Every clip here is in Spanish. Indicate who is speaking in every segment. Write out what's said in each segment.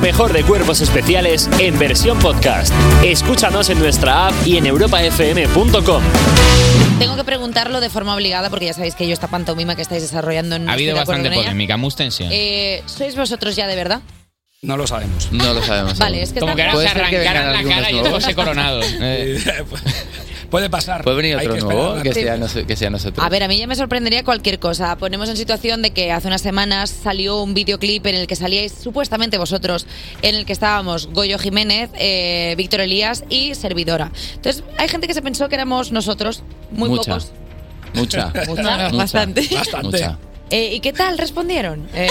Speaker 1: mejor de cuerpos especiales en versión podcast. Escúchanos en nuestra app y en europafm.com.
Speaker 2: Tengo que preguntarlo de forma obligada porque ya sabéis que yo esta pantomima que estáis desarrollando no
Speaker 3: Ha
Speaker 2: estoy
Speaker 3: habido
Speaker 2: de acuerdo
Speaker 3: bastante
Speaker 2: con ella.
Speaker 3: polémica, mucha tensión.
Speaker 2: Eh, ¿Sois vosotros ya de verdad?
Speaker 3: Ah, no lo sabemos.
Speaker 4: No lo sabemos.
Speaker 2: Vale, es que
Speaker 3: Como
Speaker 2: está-
Speaker 3: que ahora se
Speaker 2: Puede ser que
Speaker 3: arrancaran
Speaker 4: vengan
Speaker 3: la
Speaker 4: algunos
Speaker 3: cara y yo
Speaker 4: nuevos.
Speaker 3: todos he coronado. Eh.
Speaker 4: Puede pasar. Puede venir
Speaker 3: Hay
Speaker 4: otro
Speaker 3: que
Speaker 4: nuevo
Speaker 3: esperar.
Speaker 4: que sea, nos- que sea nosotros.
Speaker 2: A ver, a mí ya me sorprendería cualquier cosa. Ponemos en situación de que hace unas semanas salió un videoclip en el que salíais supuestamente vosotros, en el que estábamos Goyo Jiménez, eh, Víctor Elías y Servidora. Entonces, hay gente que se pensó que éramos nosotros, Ah, muy
Speaker 4: Mucha.
Speaker 2: pocos.
Speaker 4: Mucha.
Speaker 2: No, no, bastante.
Speaker 4: Mucha.
Speaker 2: Eh, ¿Y qué tal respondieron? Eh,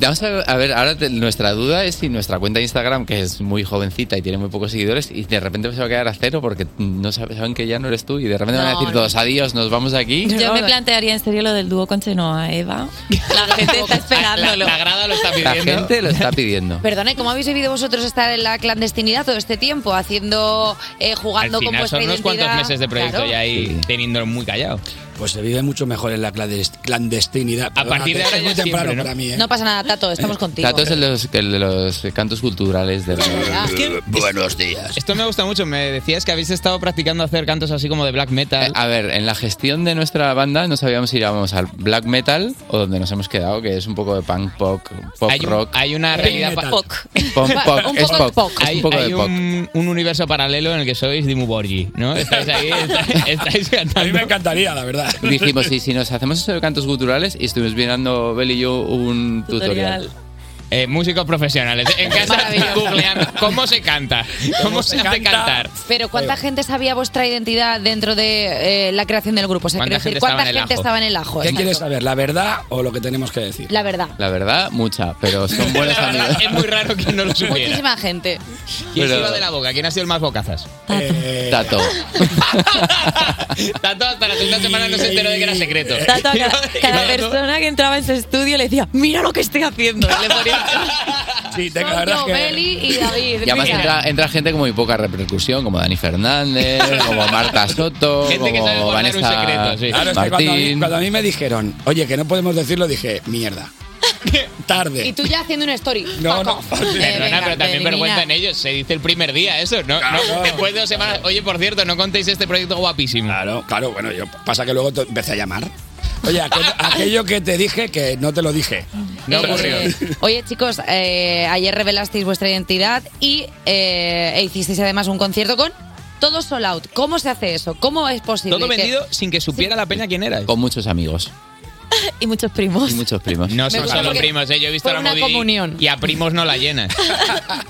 Speaker 4: Vamos a ver, a ver, ahora te- nuestra duda es si nuestra cuenta de Instagram, que es muy jovencita y tiene muy pocos seguidores, y de repente se va a quedar a cero porque mm, no sabe- saben que ya no eres tú y de repente van a
Speaker 5: No,
Speaker 4: decir
Speaker 5: no.
Speaker 4: todos adiós, nos vamos de aquí.
Speaker 5: Yo me plantearía en serio lo del dúo con Chenoa, Eva.
Speaker 4: esperándolo. La,
Speaker 3: grada lo está
Speaker 4: pidiendo. La gente lo está pidiendo.
Speaker 2: Perdona, ¿y ¿cómo habéis vivido vosotros estar en la clandestinidad todo este tiempo, haciendo, eh, jugando
Speaker 3: Al
Speaker 2: con
Speaker 3: final
Speaker 2: vuestra
Speaker 3: son unos cuantos
Speaker 2: identidad?
Speaker 3: meses de proyecto
Speaker 2: Claro.
Speaker 3: ya ahí teniéndolo muy callado.
Speaker 6: Pues se vive mucho mejor en la clandes- clandestinidad.
Speaker 3: A partir de ahora
Speaker 6: es muy
Speaker 3: ya
Speaker 6: temprano
Speaker 3: siempre, ¿no?
Speaker 6: para mí. ¿eh?
Speaker 2: No pasa nada, Tato, estamos contigo.
Speaker 4: Tato es el de los, el de los cantos culturales de Buenos días.
Speaker 3: Esto me gusta mucho. Me decías que habéis estado practicando hacer cantos así como de black metal.
Speaker 4: Eh, A ver, en la gestión de nuestra banda no sabíamos si íbamos al black metal o donde nos hemos quedado, que es un poco de punk, pop, pop
Speaker 3: hay, un-
Speaker 4: rock.
Speaker 3: hay una
Speaker 4: Pink
Speaker 3: realidad.
Speaker 4: metal.
Speaker 3: Pop,
Speaker 4: Pop, pop, es pop, es
Speaker 3: Hay,
Speaker 4: un poco
Speaker 3: hay
Speaker 4: de pop.
Speaker 3: un, un universo paralelo en el que sois Dimu Borgi, ¿no? Estáis ahí, estáis, estáis cantando. A mí me
Speaker 6: encantaría, la verdad.
Speaker 4: Dijimos, y si nos hacemos eso de cantos culturales, y estuvimos mirando Bel y yo un tutorial.
Speaker 3: Eh, músicos profesionales. En casa googlean cómo se canta, cómo, se, hace cantar.
Speaker 2: Pero ¿cuánta gente sabía vuestra identidad dentro de eh, la creación del grupo? O sea,
Speaker 6: ¿Cuánta
Speaker 2: quiero decir,
Speaker 6: gente
Speaker 2: ¿cuánta
Speaker 6: estaba en el
Speaker 2: gente
Speaker 6: ajo?
Speaker 2: estaba en el ajo?
Speaker 6: ¿Qué
Speaker 2: Exacto.
Speaker 6: quieres saber? ¿La verdad o lo que tenemos que decir?
Speaker 2: La verdad.
Speaker 4: La verdad, mucha, pero son buenos amigos.
Speaker 3: Es muy raro que no lo supiera.
Speaker 2: Muchísima gente.
Speaker 3: ¿Quién se
Speaker 4: Pero-
Speaker 3: iba de la boca? ¿Quién ha sido el más bocazas?
Speaker 4: Tato.
Speaker 3: Tato hasta la segunda semana no se enteró de que era secreto.
Speaker 5: Tato, a cada, cada persona que entraba en su estudio le decía, mira lo que estoy haciendo. Y le ponía-
Speaker 6: Sí,
Speaker 4: te-
Speaker 2: Son yo, Beli y David.
Speaker 4: Y además
Speaker 2: Mira.
Speaker 4: entra, entra gente con muy poca repercusión, como Dani Fernández, como Marta Soto,
Speaker 6: Gente que sabe
Speaker 4: como
Speaker 6: guardar
Speaker 4: Vanessa
Speaker 6: un secreto, sí. Claro, es que cuando a mí-
Speaker 4: Martín.
Speaker 6: cuando a mí me dijeron, oye, que no podemos decirlo, dije, mierda. Tarde.
Speaker 2: Y tú ya haciendo una story.
Speaker 6: No,
Speaker 2: no.
Speaker 5: Eh,
Speaker 3: Perdona,
Speaker 2: venga,
Speaker 3: pero también
Speaker 2: elimina.
Speaker 3: vergüenza en ellos. Se dice el primer día eso, ¿no? No, Después de dos semanas. Oye, por cierto, no contéis este proyecto guapísimo.
Speaker 6: Claro, claro, bueno, yo pasa que luego te- empecé a llamar. Oye, aquello, aquello que te dije que no te lo dije.
Speaker 3: No
Speaker 2: ocurrió. Oye, chicos, eh, ayer revelasteis vuestra identidad y eh, e hicisteis además un concierto con todo sold out. ¿Cómo se hace eso? ¿Cómo es posible?
Speaker 3: Todo
Speaker 2: que-
Speaker 3: vendido sin que supiera la peña quién erais.
Speaker 4: Con muchos amigos.
Speaker 5: y muchos primos.
Speaker 4: Y muchos primos.
Speaker 3: No
Speaker 5: Me
Speaker 3: son
Speaker 5: gusta
Speaker 3: solo
Speaker 5: porque
Speaker 3: primos, ¿eh? yo he visto
Speaker 5: fue
Speaker 3: la
Speaker 5: una
Speaker 3: movie
Speaker 5: comunión.
Speaker 3: y a primos no la llenas.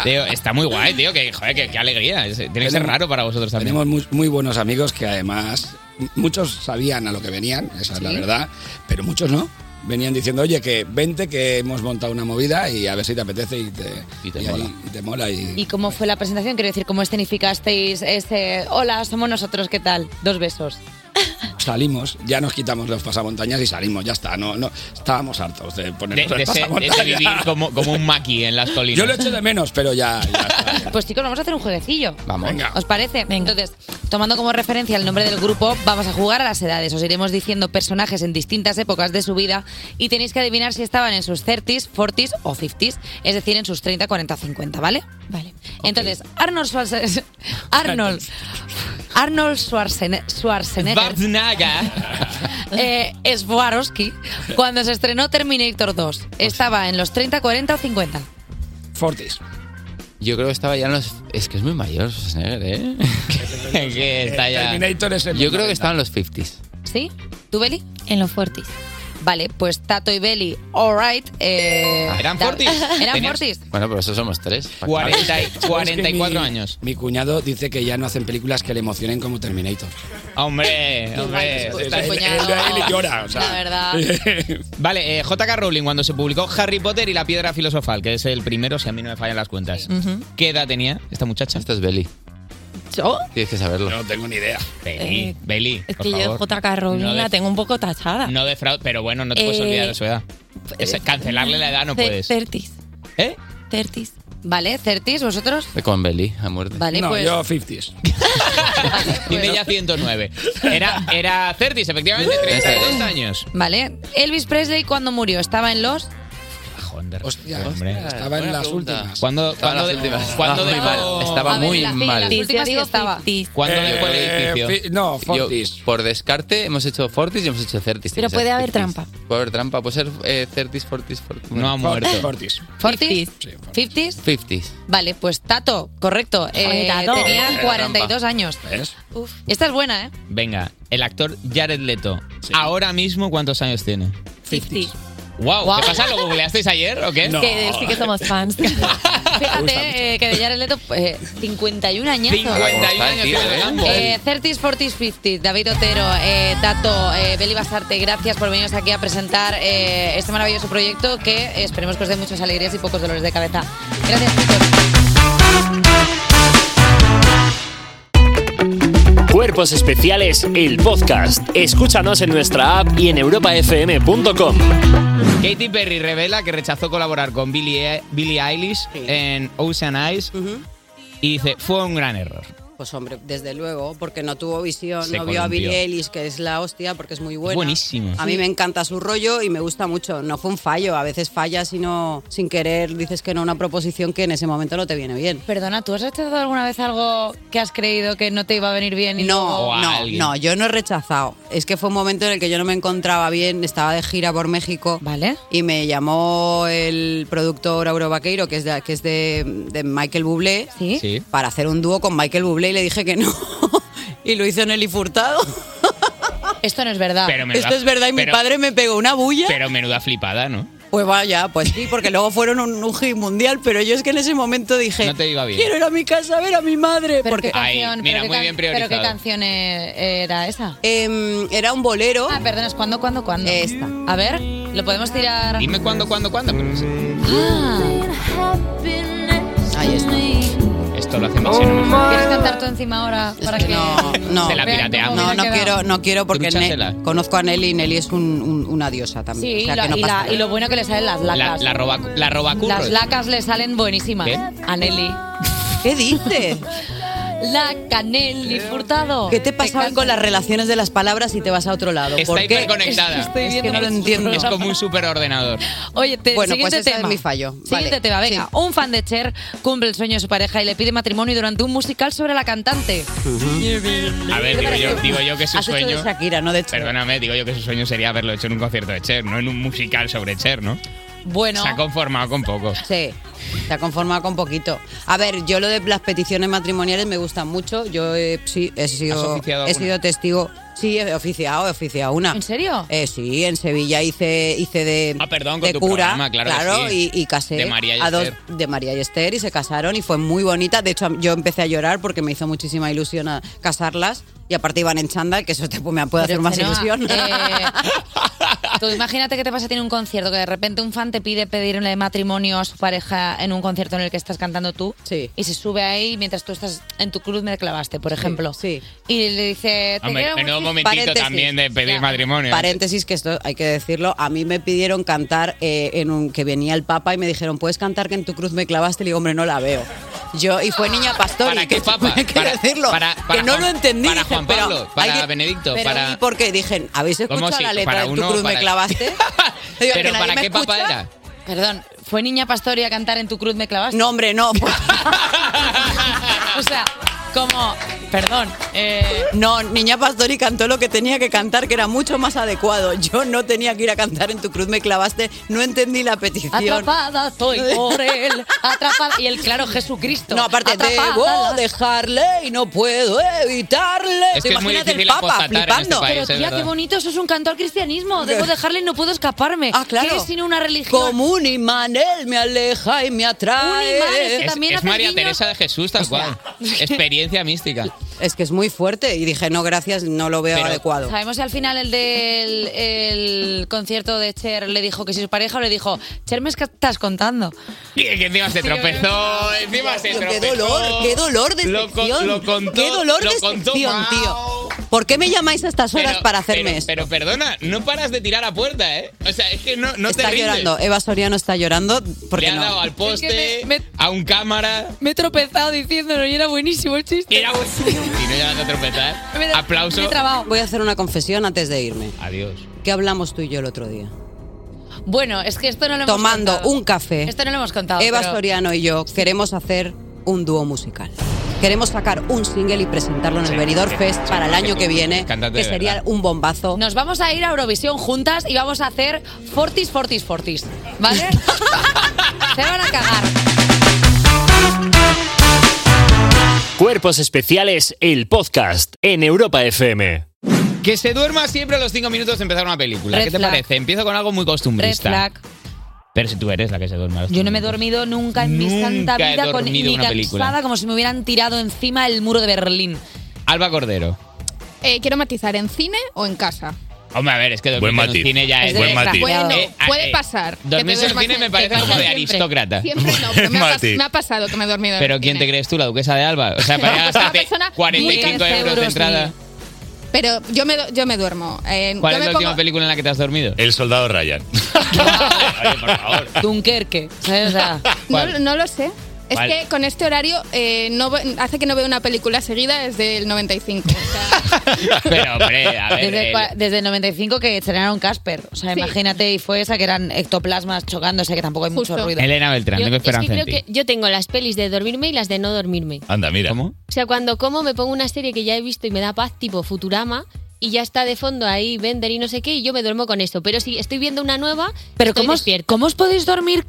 Speaker 3: Tío, está muy guay, tío, que joder, que, que alegría. Es- Tiene que ser
Speaker 6: Tenemos-
Speaker 3: raro para vosotros también.
Speaker 6: Tenemos muy, muy buenos amigos que además m- muchos sabían a lo que venían, esa es la
Speaker 3: Sí.
Speaker 6: verdad, pero muchos no. Venían diciendo, oye, que vente, que hemos montado una movida y a ver si te apetece y te, y ahí- y te mola. y-
Speaker 2: ¿Y cómo fue la presentación? Quiero decir, ¿cómo escenificasteis ese hola, somos nosotros, qué tal? Dos besos.
Speaker 6: salimos, ya nos quitamos los pasamontañas y salimos, ya está. No, no, estábamos hartos de
Speaker 3: De,
Speaker 6: ponernos
Speaker 3: de
Speaker 6: los
Speaker 3: ser- de
Speaker 6: pasamontañas.
Speaker 3: ser vivir como, como un maqui en las colinas.
Speaker 6: Yo lo echo de menos, pero ya.
Speaker 2: Pues chicos, vamos a hacer un jueguecillo.
Speaker 6: Vamos. Venga.
Speaker 2: ¿Os parece? Entonces, tomando como referencia el nombre del grupo, vamos a jugar a las edades. Os iremos diciendo personajes en distintas épocas de su vida y tenéis que adivinar si estaban en sus 30s, 40s o 50s, es decir, en sus 30, 40, 50, ¿vale? Vale. Entonces, Arnold Schwarzenegger. Arnold. Arnold Schwarzene- Schwarzenegger. Eh, es Swarovski. Cuando se estrenó Terminator 2, ¿estaba en los 30, 40 o 50?
Speaker 6: Fortis.
Speaker 4: Yo creo que estaba ya en los. Es que es muy mayor, Schwarzenegger, ¿eh?
Speaker 3: que está ya-
Speaker 6: Terminator es el
Speaker 4: Yo creo
Speaker 6: 90.
Speaker 4: que estaba en los 50s.
Speaker 2: ¿Sí? ¿Tú, Beli?
Speaker 5: En los Fortis.
Speaker 2: Vale, pues Tato y Beli, alright. Eh,
Speaker 4: ¿Eran
Speaker 2: Da-
Speaker 4: Fortis?
Speaker 2: Eran
Speaker 4: Tenías-
Speaker 2: Fortis.
Speaker 4: Bueno, pero eso somos tres.
Speaker 3: 40 y-
Speaker 6: Es que
Speaker 3: 44
Speaker 6: mi-
Speaker 3: años.
Speaker 6: Mi cuñado dice que ya no hacen películas que le emocionen como Terminator.
Speaker 3: Hombre, hombre.
Speaker 6: pues,
Speaker 3: está
Speaker 6: el- el
Speaker 3: empeñado.
Speaker 6: de ahí le llora, o sea. La verdad.
Speaker 3: Vale, eh, J.K. Rowling, cuando se publicó Harry Potter y la piedra filosofal, que es el primero, si a mí no me fallan las cuentas.
Speaker 5: Ujú.
Speaker 3: ¿Qué edad tenía esta muchacha?
Speaker 4: Esta es Belly.
Speaker 5: ¿Yo?
Speaker 4: Tienes que saberlo.
Speaker 6: No tengo ni idea.
Speaker 3: Belly,
Speaker 5: Eh,
Speaker 3: Belly.
Speaker 5: Es
Speaker 3: por
Speaker 5: que yo
Speaker 3: favor.
Speaker 5: JK Rowling
Speaker 3: No,
Speaker 5: la
Speaker 3: de,
Speaker 5: tengo Eh, un poco tachada.
Speaker 3: no defraud- pero bueno, no te puedes
Speaker 5: Eh,
Speaker 3: olvidar de su edad. Es- cancelarle la edad no
Speaker 5: Ce-
Speaker 3: puedes.
Speaker 5: Certis.
Speaker 3: ¿Eh?
Speaker 5: Certis.
Speaker 2: Vale, Certis, vosotros.
Speaker 4: Con Belly, a muerte.
Speaker 2: Vale, No, pues- yo
Speaker 6: 50s.
Speaker 3: Tiene
Speaker 5: pues-
Speaker 3: ya 109. Era, era Certis, efectivamente, 32 años.
Speaker 2: Vale. Elvis Presley, cuando murió? ¿Estaba en los
Speaker 3: bajón de
Speaker 6: Hostia,
Speaker 3: repente, hombre.
Speaker 6: estaba en las últimas.
Speaker 3: ¿Cuándo,
Speaker 4: Estaba
Speaker 3: cuándo
Speaker 4: en
Speaker 3: de-
Speaker 4: las últimas.
Speaker 3: cuándo
Speaker 4: Estaba
Speaker 3: de-
Speaker 4: muy mal, estaba
Speaker 2: A ver,
Speaker 4: muy
Speaker 2: las- sí,
Speaker 4: mal.
Speaker 2: las últimas sí estaba.
Speaker 3: ¿Cuándo
Speaker 6: Eh,
Speaker 3: dejó el edificio?
Speaker 6: fi- no,
Speaker 4: Yo,
Speaker 6: Fortis.
Speaker 4: por descarte, hemos hecho Fortis y hemos hecho Certis.
Speaker 5: Pero
Speaker 4: Tiene que ser
Speaker 5: puede haber
Speaker 4: Certis.
Speaker 5: trampa.
Speaker 4: Puede haber trampa. Puede ser eh, Certis, Fortis, Fortis.
Speaker 3: No ha muerto.
Speaker 6: Fortis.
Speaker 2: ¿Fortis?
Speaker 6: Sí, Fortis.
Speaker 2: ¿Fifties?
Speaker 4: Fifties.
Speaker 2: Vale, pues Tato, correcto. Eh,
Speaker 5: Tato.
Speaker 2: Tenían
Speaker 4: Era
Speaker 2: 42
Speaker 4: trampa.
Speaker 2: años.
Speaker 6: ¿Ves?
Speaker 2: Esta es buena, ¿eh?
Speaker 3: Venga, el actor Jared Leto. Ahora mismo, ¿cuántos años tiene?
Speaker 5: 50.
Speaker 3: Wow,
Speaker 2: Guau.
Speaker 3: Oh, ¿qué pasa? ¿Lo googleasteis ayer o qué?
Speaker 6: No.
Speaker 5: Que de él sí que somos fans.
Speaker 2: Fíjate eh, que de Jared Leto, eh, 51 añazos.
Speaker 3: 51
Speaker 4: Está el
Speaker 3: años
Speaker 4: tío,
Speaker 3: tiene
Speaker 4: ¿eh?
Speaker 3: Rambo.
Speaker 2: Eh, 30s, 40s, 50s, David Otero, eh, Tato, eh, Beli Basarte, gracias por veniros aquí a presentar eh, este maravilloso proyecto que esperemos que os dé muchas alegrías y pocos dolores de cabeza. Gracias, chicos.
Speaker 1: Cuerpos Especiales, el podcast. Escúchanos en nuestra app y en europafm.com.
Speaker 3: Katy Perry revela que rechazó colaborar con Billie, E, Billie Eilish en Ocean Eyes y dice, fue un gran error.
Speaker 7: Pues hombre, desde luego, porque no tuvo visión,
Speaker 3: Se
Speaker 7: no vio a
Speaker 3: columpió.
Speaker 7: Billie Eilish, que es la hostia, porque es muy buena.
Speaker 3: buenísima.
Speaker 7: A mí me encanta su rollo y me gusta mucho. No fue un fallo, a veces fallas y no, sin querer, dices que no a una proposición que en ese momento no te viene bien.
Speaker 2: Perdona, ¿tú has rechazado alguna vez algo que has creído que no te iba a venir bien? y luego-
Speaker 7: No,
Speaker 3: O a
Speaker 7: no,
Speaker 3: alguien.
Speaker 7: no, yo no he rechazado. Es que fue un momento en el que yo no me encontraba bien, estaba de gira por México.
Speaker 2: ¿Vale?
Speaker 7: Y me llamó el productor Auro Vaqueiro, que es de, que es de, de Michael Bublé,
Speaker 2: ¿Sí?
Speaker 3: Sí.
Speaker 7: para hacer un dúo con Michael Bublé y le dije que no. y lo hizo en el Furtado.
Speaker 2: Esto no es verdad.
Speaker 3: Pero menuda-
Speaker 7: Esto es verdad y mi
Speaker 3: pero-
Speaker 7: padre me pegó una bulla.
Speaker 3: Pero menuda flipada, ¿no?
Speaker 7: Pues vaya, pues sí, porque luego fueron un, un hit mundial, pero yo es que en ese momento dije,
Speaker 3: No te iba bien.
Speaker 7: quiero ir a mi casa a ver a mi madre.
Speaker 2: ¿Pero
Speaker 7: porque
Speaker 2: qué canción,
Speaker 3: Ay, mira,
Speaker 2: pero, qué
Speaker 3: muy
Speaker 2: can-
Speaker 3: bien
Speaker 2: pero qué
Speaker 3: priorizado.
Speaker 2: canción eh, era esa?
Speaker 7: em, era un bolero.
Speaker 2: Ah, perdona, ¿es cuándo, cuándo, cuándo?
Speaker 7: Esta.
Speaker 2: A ver, ¿lo podemos tirar?
Speaker 3: Dime cuándo, cuándo, cuándo. pero sí,
Speaker 2: Ah,
Speaker 7: Ahí está.
Speaker 3: esto lo hacemos si no me jodas.
Speaker 2: ¿Quieres cantar tú encima ahora? Para
Speaker 7: que
Speaker 2: que...
Speaker 7: no, no.
Speaker 3: Se la
Speaker 2: vean
Speaker 3: pirateamos.
Speaker 2: cómo
Speaker 7: No, no
Speaker 2: hubiera quedado?
Speaker 7: quiero, no quiero porque
Speaker 3: Truchásela.
Speaker 7: Ne- conozco a Nelly y Nelly es un- un- una diosa también.
Speaker 2: Sí,
Speaker 7: o sea
Speaker 2: y, la-
Speaker 7: que no
Speaker 2: y la-
Speaker 7: pasa nada.
Speaker 2: y lo bueno que le salen las
Speaker 3: La,
Speaker 2: lacas.
Speaker 3: la roba, la robacurros.
Speaker 2: las lacas le salen buenísimas.
Speaker 3: ¿Qué?
Speaker 2: A Nelly.
Speaker 7: ¿Qué dices?
Speaker 2: Laca, Nelly, Furtado.
Speaker 7: ¿Qué te
Speaker 2: pasaba
Speaker 7: pasaba con las relaciones de las palabas y te vas a otro lado?
Speaker 3: Está
Speaker 7: ¿Por qué?
Speaker 3: hiperconectada.
Speaker 7: Es que, no lo entiendo.
Speaker 3: Es como un superordenador.
Speaker 2: Oye, te,
Speaker 7: Bueno,
Speaker 2: siguiente
Speaker 7: pues ese es
Speaker 2: tema.
Speaker 7: mi fallo.
Speaker 2: Siguiente
Speaker 7: Vale.
Speaker 2: tema, venga. Un fan de Cher cumple el sueño de su pareja y le pide matrimonio durante un musical sobre la cantante.
Speaker 3: A ver, digo yo, digo yo que su
Speaker 7: Has hecho de
Speaker 3: sueño...
Speaker 7: Shakira, no de Cher.
Speaker 3: Perdóname, digo yo que su sueño sería haberlo hecho en un concierto de Cher, no en un musical sobre Cher, ¿no?
Speaker 2: Bueno,
Speaker 3: Se ha conformado con poco.
Speaker 7: Sí, se ha conformado con poquito. A ver, yo lo de las peticiones matrimoniales me gustan mucho. Yo he, sí, he sido,
Speaker 3: oficiado
Speaker 7: he
Speaker 3: alguna?
Speaker 7: sido testigo. Sí, he oficiado, he oficiado una.
Speaker 2: ¿en serio?
Speaker 7: Eh, sí, en Sevilla hice, hice de,
Speaker 3: Ah, perdón, con
Speaker 7: de
Speaker 3: tu
Speaker 7: cura,
Speaker 3: programa, claro que sí.
Speaker 7: y, y casé
Speaker 3: De María y
Speaker 7: a dos
Speaker 3: Esther.
Speaker 7: de María y Esther y se casaron y fue muy bonita. De hecho, yo empecé a llorar porque me hizo muchísima ilusión a casarlas y aparte iban en chándal, que eso te, me puede hacer
Speaker 2: Pero,
Speaker 7: más
Speaker 2: Chenoa,
Speaker 7: ilusión.
Speaker 2: eh, tú imagínate que te pasa tiene un concierto que de repente un fan te pide pedirle matrimonio a su pareja en un concierto en el que estás cantando tú
Speaker 7: Sí.
Speaker 2: y se sube ahí mientras tú estás en tu cruz me clavaste, por ejemplo.
Speaker 7: sí.
Speaker 2: Y le dice, te
Speaker 3: Hombre,
Speaker 2: quiero
Speaker 3: menudo
Speaker 2: muchísimo.
Speaker 3: momentito
Speaker 7: paréntesis.
Speaker 3: también de pedir
Speaker 2: Ya.
Speaker 3: matrimonio.
Speaker 7: Paréntesis, que esto hay que decirlo. A mí me pidieron cantar eh, en un que venía el Papa y me dijeron, ¿puedes cantar que en tu cruz me clavaste? Le digo, hombre, no la veo. Yo, y fue niña pastori.
Speaker 3: ¿Para qué papa?
Speaker 7: Hay que
Speaker 3: Para-
Speaker 7: decirlo.
Speaker 3: para- para
Speaker 7: que no
Speaker 3: Juan-
Speaker 7: lo entendí.
Speaker 3: para
Speaker 7: dije,
Speaker 3: Juan
Speaker 7: pero
Speaker 3: Pablo, para
Speaker 7: alguien-
Speaker 3: Benedicto,
Speaker 7: pero
Speaker 3: para-
Speaker 7: ¿y por qué? Dije, ¿habéis
Speaker 3: ¿Cómo
Speaker 7: escuchado
Speaker 3: sí?
Speaker 7: la letra
Speaker 3: Para
Speaker 7: de tu
Speaker 3: uno,
Speaker 7: cruz
Speaker 3: para-
Speaker 7: me clavaste? Digo, ¿que
Speaker 3: Pero
Speaker 7: nadie
Speaker 3: ¿para
Speaker 7: me
Speaker 3: qué papa
Speaker 7: escucha?
Speaker 3: era?
Speaker 2: Perdón, ¿fue Niña Pastori a cantar en tu cruz me clavaste?
Speaker 7: No, hombre, no.
Speaker 2: O sea, como, perdón, eh,
Speaker 7: No, Niña Pastori cantó lo que tenía que cantar, que era mucho más adecuado. Yo no tenía que ir a cantar en tu cruz, me clavaste, no entendí la petición.
Speaker 2: atrapada estoy por él, atrapada, y el claro Jesucristo.
Speaker 7: No, aparte,
Speaker 2: atrapada
Speaker 7: debo
Speaker 2: la-
Speaker 7: dejarle y no puedo evitarle.
Speaker 3: Es que es muy
Speaker 7: Imagínate
Speaker 3: difícil
Speaker 7: el Papa
Speaker 3: apostatar en este
Speaker 7: flipando.
Speaker 3: país.
Speaker 2: Pero
Speaker 3: Eso es
Speaker 2: tía, qué
Speaker 3: verdad.
Speaker 2: bonito, eso es un canto al cristianismo. Debo dejarle y no puedo escaparme.
Speaker 7: Ah, claro.
Speaker 2: ¿Qué es sino una religión?
Speaker 7: Como un imán, él me aleja y me atrae.
Speaker 2: Un imán, es que
Speaker 3: Es,
Speaker 2: También
Speaker 3: es
Speaker 2: hace
Speaker 3: María
Speaker 2: guiño-
Speaker 3: Teresa de Jesús, tal cual. Experiencia mística.
Speaker 7: Es que es muy fuerte. Y dije, no, gracias, no lo veo
Speaker 3: Pero-
Speaker 7: adecuado.
Speaker 2: Sabemos si al final el del el concierto de Cher le dijo que si su pareja o le dijo, Cher, ¿me es que estás contando?
Speaker 3: Y que encima se tropezó, encima se
Speaker 7: Tío,
Speaker 3: tropezó.
Speaker 7: qué dolor, qué dolor de
Speaker 3: Lo con-
Speaker 7: sección.
Speaker 3: lo contó-
Speaker 7: qué dolor
Speaker 3: lo
Speaker 7: de
Speaker 3: contó
Speaker 7: sección,
Speaker 3: mal.
Speaker 7: tío. ¿Por qué me llamáis a estas horas
Speaker 3: Pero-
Speaker 7: para hacerme
Speaker 3: pero-
Speaker 7: esto?
Speaker 3: Pero perdona, no paras de tirar a puerta, ¿eh? O sea, es que no, no te
Speaker 7: está
Speaker 3: rindes.
Speaker 7: llorando. Eva Soriano está llorando
Speaker 3: Le
Speaker 7: porque
Speaker 3: han
Speaker 7: no.
Speaker 3: dado al poste,
Speaker 2: Es que me- me-
Speaker 3: a un cámara.
Speaker 2: Me he tropezado diciéndolo y era buenísimo el chiste.
Speaker 3: Era un- Y no llegando a tropezar.
Speaker 2: Me he-
Speaker 3: Aplauso.
Speaker 2: me he trabado.
Speaker 7: Voy a hacer una confesión antes de irme.
Speaker 3: Adiós.
Speaker 7: ¿Qué hablamos tú y yo el otro día?
Speaker 2: Bueno, es que esto no lo
Speaker 7: tomando
Speaker 2: hemos contado.
Speaker 7: un café.
Speaker 2: Esto no lo hemos contado.
Speaker 7: Eva
Speaker 2: pero-
Speaker 7: Soriano y yo queremos hacer un dúo musical. Queremos sacar un single y presentarlo en el Benidorm Fest para el año que viene,
Speaker 2: Cántate
Speaker 7: que
Speaker 2: de
Speaker 7: sería un bombazo.
Speaker 2: Nos vamos a ir a Eurovisión juntas y vamos a hacer Fortis, Fortis, Fortis. ¿Vale? Se van a cagar.
Speaker 1: Cuerpos especiales, el podcast en Europa FM.
Speaker 3: Que se duerma siempre a los cinco minutos de empezar una película.
Speaker 2: Red
Speaker 3: ¿Qué te
Speaker 2: flag.
Speaker 3: parece? Empiezo con algo muy
Speaker 2: Red
Speaker 3: costumbrista.
Speaker 2: flag.
Speaker 3: Pero si tú eres la que se duerme a los
Speaker 2: Yo no me he dormido nunca en mi
Speaker 3: Nunca
Speaker 2: santa
Speaker 3: he
Speaker 2: vida con
Speaker 3: dormido
Speaker 2: ni
Speaker 3: una película.
Speaker 2: cansada como si me hubieran tirado encima el muro de Berlín.
Speaker 3: Alba Cordero.
Speaker 8: Eh, quiero matizar, ¿en cine o en casa?
Speaker 3: Hombre, a ver, es que dormir
Speaker 9: Buen
Speaker 3: en un
Speaker 9: matiz.
Speaker 3: cine ya
Speaker 9: Es
Speaker 3: es...
Speaker 9: de Buen desgraciado. matiz.
Speaker 8: Bueno,
Speaker 3: Eh, ah,
Speaker 8: puede
Speaker 3: eh,
Speaker 8: pasar. que te
Speaker 3: Dormirse en
Speaker 8: duermas
Speaker 3: cine me
Speaker 8: que
Speaker 3: parece
Speaker 8: te
Speaker 3: como de
Speaker 8: duermas siempre.
Speaker 3: aristócrata.
Speaker 8: Siempre no, pero me ha, pas-
Speaker 3: Matiz.
Speaker 8: me ha pasado que me he dormido. en
Speaker 3: Pero
Speaker 8: el
Speaker 3: ¿quién
Speaker 8: cine.
Speaker 3: te crees tú, la duquesa de Alba? O sea, para ya
Speaker 8: Una
Speaker 3: gastarte
Speaker 8: persona
Speaker 3: 45
Speaker 8: muy-
Speaker 3: euros de entrada.
Speaker 8: Pero yo me, do- yo me duermo. Eh,
Speaker 3: ¿Cuál
Speaker 8: yo
Speaker 3: es la
Speaker 8: me
Speaker 3: última película en la que te has dormido?
Speaker 9: El soldado Ryan.
Speaker 2: Dunkerque. ¿sabes? O sea,
Speaker 8: pongo- no, no lo sé. Es
Speaker 9: ¿Cuál?
Speaker 8: que con este horario eh, no ve- hace que no vea una película seguida desde el 95.
Speaker 3: Pero, hombre, a ver...
Speaker 2: desde,
Speaker 3: el-
Speaker 2: el cua- desde el 95 que estrenaron Casper. O sea,
Speaker 8: Sí.
Speaker 2: imagínate, y fue esa que eran ectoplasmas chocándose, que tampoco hay mucho ruido.
Speaker 3: Elena Beltrán, tengo esperanza en ti.
Speaker 10: yo tengo las pelis de dormirme y las de no dormirme.
Speaker 3: Anda, mira. ¿Cómo?
Speaker 10: O sea, cuando como me pongo una serie que ya he visto y me da paz, tipo Futurama, y ya está de fondo ahí Bender y no sé qué, y yo me duermo con eso. Pero si estoy viendo una nueva,
Speaker 2: Pero
Speaker 10: estoy
Speaker 2: ¿cómo os,
Speaker 10: despierta.
Speaker 2: ¿cómo os podéis dormir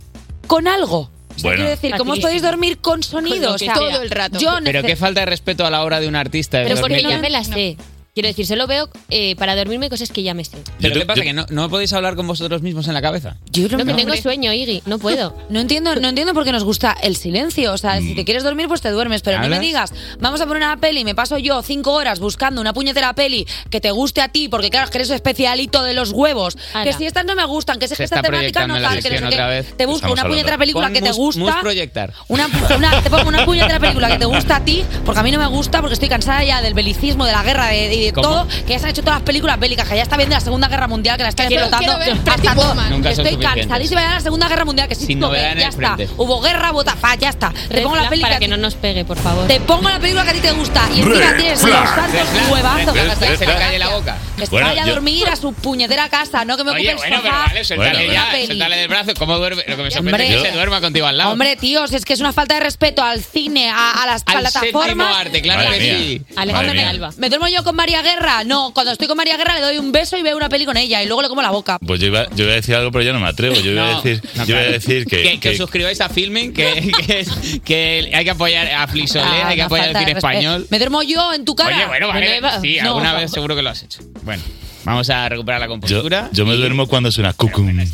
Speaker 2: con algo? O sea,
Speaker 3: Bueno.
Speaker 2: quiero decir, ¿cómo os
Speaker 10: Facilísimo.
Speaker 2: podéis dormir con sonido?
Speaker 10: Con lo
Speaker 2: O
Speaker 10: que
Speaker 2: sea,
Speaker 10: sea. Todo el rato.
Speaker 2: Yo
Speaker 3: Pero
Speaker 2: nece-
Speaker 3: qué falta de respeto a la hora de un artista. de
Speaker 10: Pero porque
Speaker 3: dormir.
Speaker 10: ya me las sé. Quiero decir, solo veo eh, para dormirme cosas que ya me sé.
Speaker 3: ¿Pero qué pasa? ¿Que no, no podéis hablar con vosotros mismos en la cabeza?
Speaker 2: Yo
Speaker 10: No, que
Speaker 2: me-
Speaker 10: tengo sueño, Iggy, no puedo.
Speaker 2: No entiendo, no entiendo por qué nos gusta el silencio. O sea, si
Speaker 3: Mm.
Speaker 2: te quieres dormir, pues te duermes. Pero no
Speaker 10: ¿Hablas?
Speaker 2: me digas, vamos a poner una peli, me paso yo cinco horas buscando una puñetera peli que te guste a ti, porque claro, es que eres especialito de los huevos.
Speaker 10: Ala.
Speaker 2: Que si estas no me gustan, que si
Speaker 3: Se
Speaker 2: esta
Speaker 3: está
Speaker 2: temática no
Speaker 3: proyectando en la
Speaker 2: tal, que no
Speaker 3: sección
Speaker 2: sé
Speaker 3: otra
Speaker 2: qué.
Speaker 3: vez.
Speaker 2: Te busco
Speaker 3: Estamos
Speaker 2: una puñetera
Speaker 3: hablando.
Speaker 2: película
Speaker 3: Pon
Speaker 2: que te
Speaker 3: mus- mus
Speaker 2: gusta.
Speaker 3: proyectar.
Speaker 2: Una, Pues una- te pongo una puñetera película que te gusta a ti, porque a mí no me gusta, porque estoy cansada ya del belicismo, de la guerra de- y de,
Speaker 3: ¿Cómo?
Speaker 2: todo, que ya se han hecho todas las películas bélicas, que ya está bien de la Segunda Guerra Mundial, que la están
Speaker 8: Que solo
Speaker 2: explotando
Speaker 8: quiero ver
Speaker 2: hasta
Speaker 8: Pretty
Speaker 2: todo.
Speaker 8: Woman.
Speaker 3: Nunca son
Speaker 2: Estoy
Speaker 3: suficientes.
Speaker 2: cansadísima ya de la Segunda Guerra Mundial, que sí,
Speaker 3: Sin
Speaker 2: tuvo que-
Speaker 3: novedad en
Speaker 2: ya
Speaker 3: el
Speaker 2: está.
Speaker 3: frente.
Speaker 2: Hubo guerra, bota, fa, ya está. Te
Speaker 10: Red
Speaker 2: pongo la
Speaker 10: flag
Speaker 2: película
Speaker 10: para que no nos pegue, por favor.
Speaker 2: Te pongo la película que a ti te gusta y encima
Speaker 9: Red
Speaker 2: tienes los
Speaker 9: flag.
Speaker 2: santos
Speaker 3: Red flag.
Speaker 2: huevazos
Speaker 3: Red
Speaker 2: para
Speaker 3: flag.
Speaker 2: hacer
Speaker 3: Se me calle la
Speaker 2: gracia.
Speaker 3: boca.
Speaker 2: Que se
Speaker 9: Bueno,
Speaker 2: vaya a
Speaker 9: yo-
Speaker 2: dormir a su puñetera casa, no que me ocupe
Speaker 3: Oye,
Speaker 2: el
Speaker 3: bueno, pero
Speaker 2: sofá.
Speaker 3: vale, suéltale
Speaker 9: Bueno,
Speaker 3: ya,
Speaker 2: una peli.
Speaker 3: suéltale del brazo. ¿Cómo duerme? Lo que me sorprende es
Speaker 2: Hombre.
Speaker 3: que se duerma contigo al lado.
Speaker 2: Hombre, tíos, es que es una falta de respeto al cine, a, a las
Speaker 3: Al séptimo
Speaker 2: plataformas.
Speaker 3: arte, claro
Speaker 9: Madre
Speaker 3: que
Speaker 9: mía.
Speaker 3: sí.
Speaker 10: Alejandra
Speaker 9: Madre
Speaker 10: de
Speaker 9: mía.
Speaker 10: Alba.
Speaker 2: ¿Me duermo yo con María Guerra? No, cuando estoy con María Guerra le doy un beso y veo una peli con ella y luego le como la boca.
Speaker 9: Pues yo iba, yo iba a decir algo, pero ya no me atrevo. Yo iba
Speaker 3: No,
Speaker 9: a decir,
Speaker 3: no,
Speaker 9: yo iba a
Speaker 3: claro.
Speaker 9: decir que,
Speaker 3: que, que os
Speaker 9: que-
Speaker 3: suscribáis a Filming, que, que es- que hay que apoyar a Flisolé,
Speaker 2: Ah,
Speaker 3: hay que
Speaker 2: una
Speaker 3: apoyar al
Speaker 2: falta de
Speaker 3: cine
Speaker 2: respeto.
Speaker 3: español.
Speaker 2: ¿Me duermo yo en tu cara?
Speaker 3: Oye, bueno, vale.
Speaker 2: Bueno, Eva,
Speaker 3: Sí,
Speaker 2: no.
Speaker 3: alguna vez seguro que lo has hecho. Bueno, vamos a recuperar la
Speaker 9: yo,
Speaker 3: compostura.
Speaker 9: yo me duermo cuando suena cucum.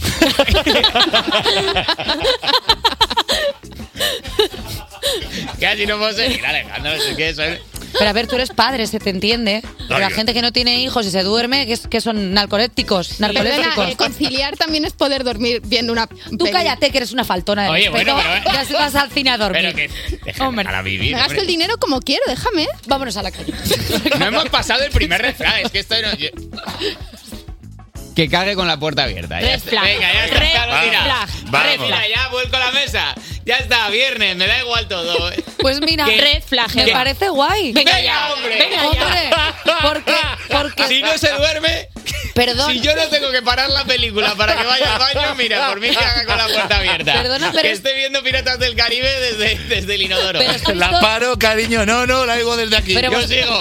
Speaker 3: Casi no puedo seguir, Alejandro. Es que eso es-
Speaker 2: Pero a ver, tú eres padre, se te entiende. Pero la
Speaker 9: Ay,
Speaker 2: gente que no tiene hijos y se duerme, que, es- que son narcoléticos,
Speaker 8: Perdona,
Speaker 2: narcoléticos.
Speaker 8: eh, conciliar también es poder dormir viendo una.
Speaker 2: Tú cállate que eres una faltona de
Speaker 3: Oye,
Speaker 2: respeto.
Speaker 3: bueno, pero- eh.
Speaker 2: Ya se vas al cine a dormir.
Speaker 3: Pero que. déjame
Speaker 2: Hombre.
Speaker 3: dejar a vivir.
Speaker 8: Me gasto
Speaker 3: hombre.
Speaker 8: el dinero como quiero, déjame.
Speaker 2: Vámonos a la calle.
Speaker 3: No hemos pasado el primer refrán, es que esto no... yo- Que cague con la puerta abierta. ya
Speaker 10: Red
Speaker 3: está.
Speaker 10: flag.
Speaker 3: Venga, ya está.
Speaker 10: Red
Speaker 3: ya lo he tirado.
Speaker 10: flag.
Speaker 9: Vamos.
Speaker 3: Red flag, ya vuelco la mesa. Ya está, viernes, me da igual todo.
Speaker 2: Pues mira,
Speaker 3: ¿Qué?
Speaker 10: Red flag,
Speaker 2: me
Speaker 10: Eva.
Speaker 2: parece guay.
Speaker 10: Venga
Speaker 3: Venga,
Speaker 10: ya,
Speaker 3: hombre.
Speaker 10: venga
Speaker 2: Hombre,
Speaker 10: ya.
Speaker 2: porque, porque,
Speaker 3: Si no se duerme,
Speaker 2: perdón,
Speaker 3: si yo no tengo que parar la película para que vaya al baño, mira, por mí que haga con la puerta abierta.
Speaker 2: Perdona, pero
Speaker 3: Que
Speaker 2: es-
Speaker 3: esté viendo Piratas del Caribe desde, desde el inodoro.
Speaker 2: Pero sois
Speaker 9: La
Speaker 2: to-
Speaker 9: paro, cariño. No, no, la digo desde aquí.
Speaker 2: Pero
Speaker 3: Yo
Speaker 2: vos-
Speaker 3: sigo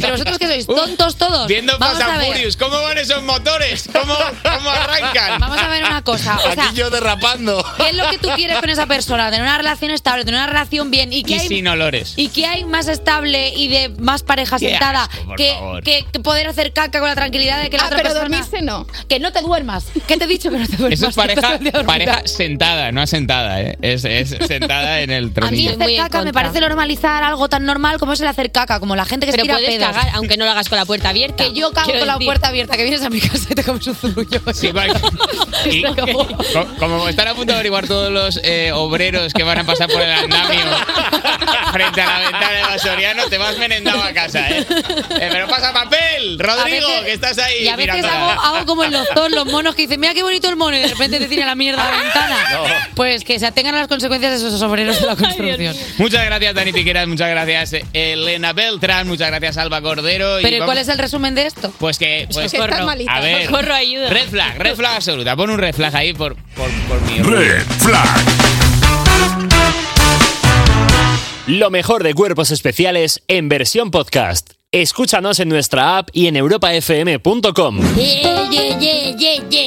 Speaker 2: pero vosotros que sois tontos todos.
Speaker 3: viendo
Speaker 2: vamos
Speaker 3: Fast
Speaker 2: a
Speaker 3: and
Speaker 2: ver,
Speaker 3: Furious. ¿Cómo van esos motores? ¿Cómo, cómo arrancan?
Speaker 2: vamos a ver una cosa. O sea,
Speaker 9: Aquí yo derrapando.
Speaker 2: ¿qué es lo que tú quieres con esa persona? Tener una relación estable, tener una relación bien y que
Speaker 3: Y
Speaker 2: hay
Speaker 3: sin olores.
Speaker 2: ¿Y qué hay más estable y de más pareja
Speaker 3: Qué
Speaker 2: sentada
Speaker 3: asco, por
Speaker 2: que,
Speaker 3: favor.
Speaker 2: que- que poder hacer caca con la tranquilidad de que la
Speaker 8: Ah,
Speaker 2: otra
Speaker 8: pero
Speaker 2: persona...
Speaker 8: dormirse no.
Speaker 2: Que no te duermas. ¿Qué te he dicho que no te duermas?
Speaker 3: Eso es
Speaker 2: Que
Speaker 3: pareja,
Speaker 2: estás todo el día dormida.
Speaker 3: pareja sentada, no asentada, ¿eh? es, es sentada en el
Speaker 2: A mí
Speaker 3: tornillo.
Speaker 2: hacer
Speaker 10: Muy en
Speaker 2: caca me
Speaker 10: contra.
Speaker 2: parece normalizar algo tan normal como es el hacer caca, como la gente que
Speaker 10: Pero
Speaker 2: se tira
Speaker 10: puedes
Speaker 2: pedos.
Speaker 10: cagar, aunque no lo hagas con la puerta abierta.
Speaker 2: Que yo cago
Speaker 10: Quiero
Speaker 2: con la
Speaker 10: decir,
Speaker 2: puerta abierta, que vienes a mi casa y te comes un zurullo.
Speaker 3: Sí, va- y-
Speaker 2: Se acabó.
Speaker 3: co- como están a punto de averiguar todos los eh, obreros que van a pasar por el andamio frente a la ventana de Vasoriano, te vas merendado a casa, ¿eh? Eh, pero pasa papel, Rodrigo,
Speaker 2: A veces-
Speaker 3: que estás ahí.
Speaker 2: Y a veces
Speaker 3: mirando
Speaker 2: hago,
Speaker 3: la-
Speaker 2: hago como en los zoos, los monos que dicen, mira qué bonito el mono, y de repente te tiran la mierda a la ventana. Pues que se atengan a las consecuencias de esos obreros de la construcción.
Speaker 3: Muchas gracias, Dani Piqueras, muchas gracias, eh, Elena Beltrán, muchas gracias, Alba Cordero. y
Speaker 2: Pero ¿y
Speaker 3: vamos-
Speaker 2: ¿cuál es el resumen de esto?
Speaker 3: Pues que... Pues,
Speaker 8: que estás
Speaker 10: Socorro.
Speaker 8: malita.
Speaker 3: a ver,
Speaker 10: Socorro, ayuda.
Speaker 3: Red flag, red flag absoluta. Pon pon un red flag ahí por, por, por mi
Speaker 1: Red flag. Lo mejor de cuerpos especiales en versión podcast. Escúchanos en nuestra app y en europafm.com.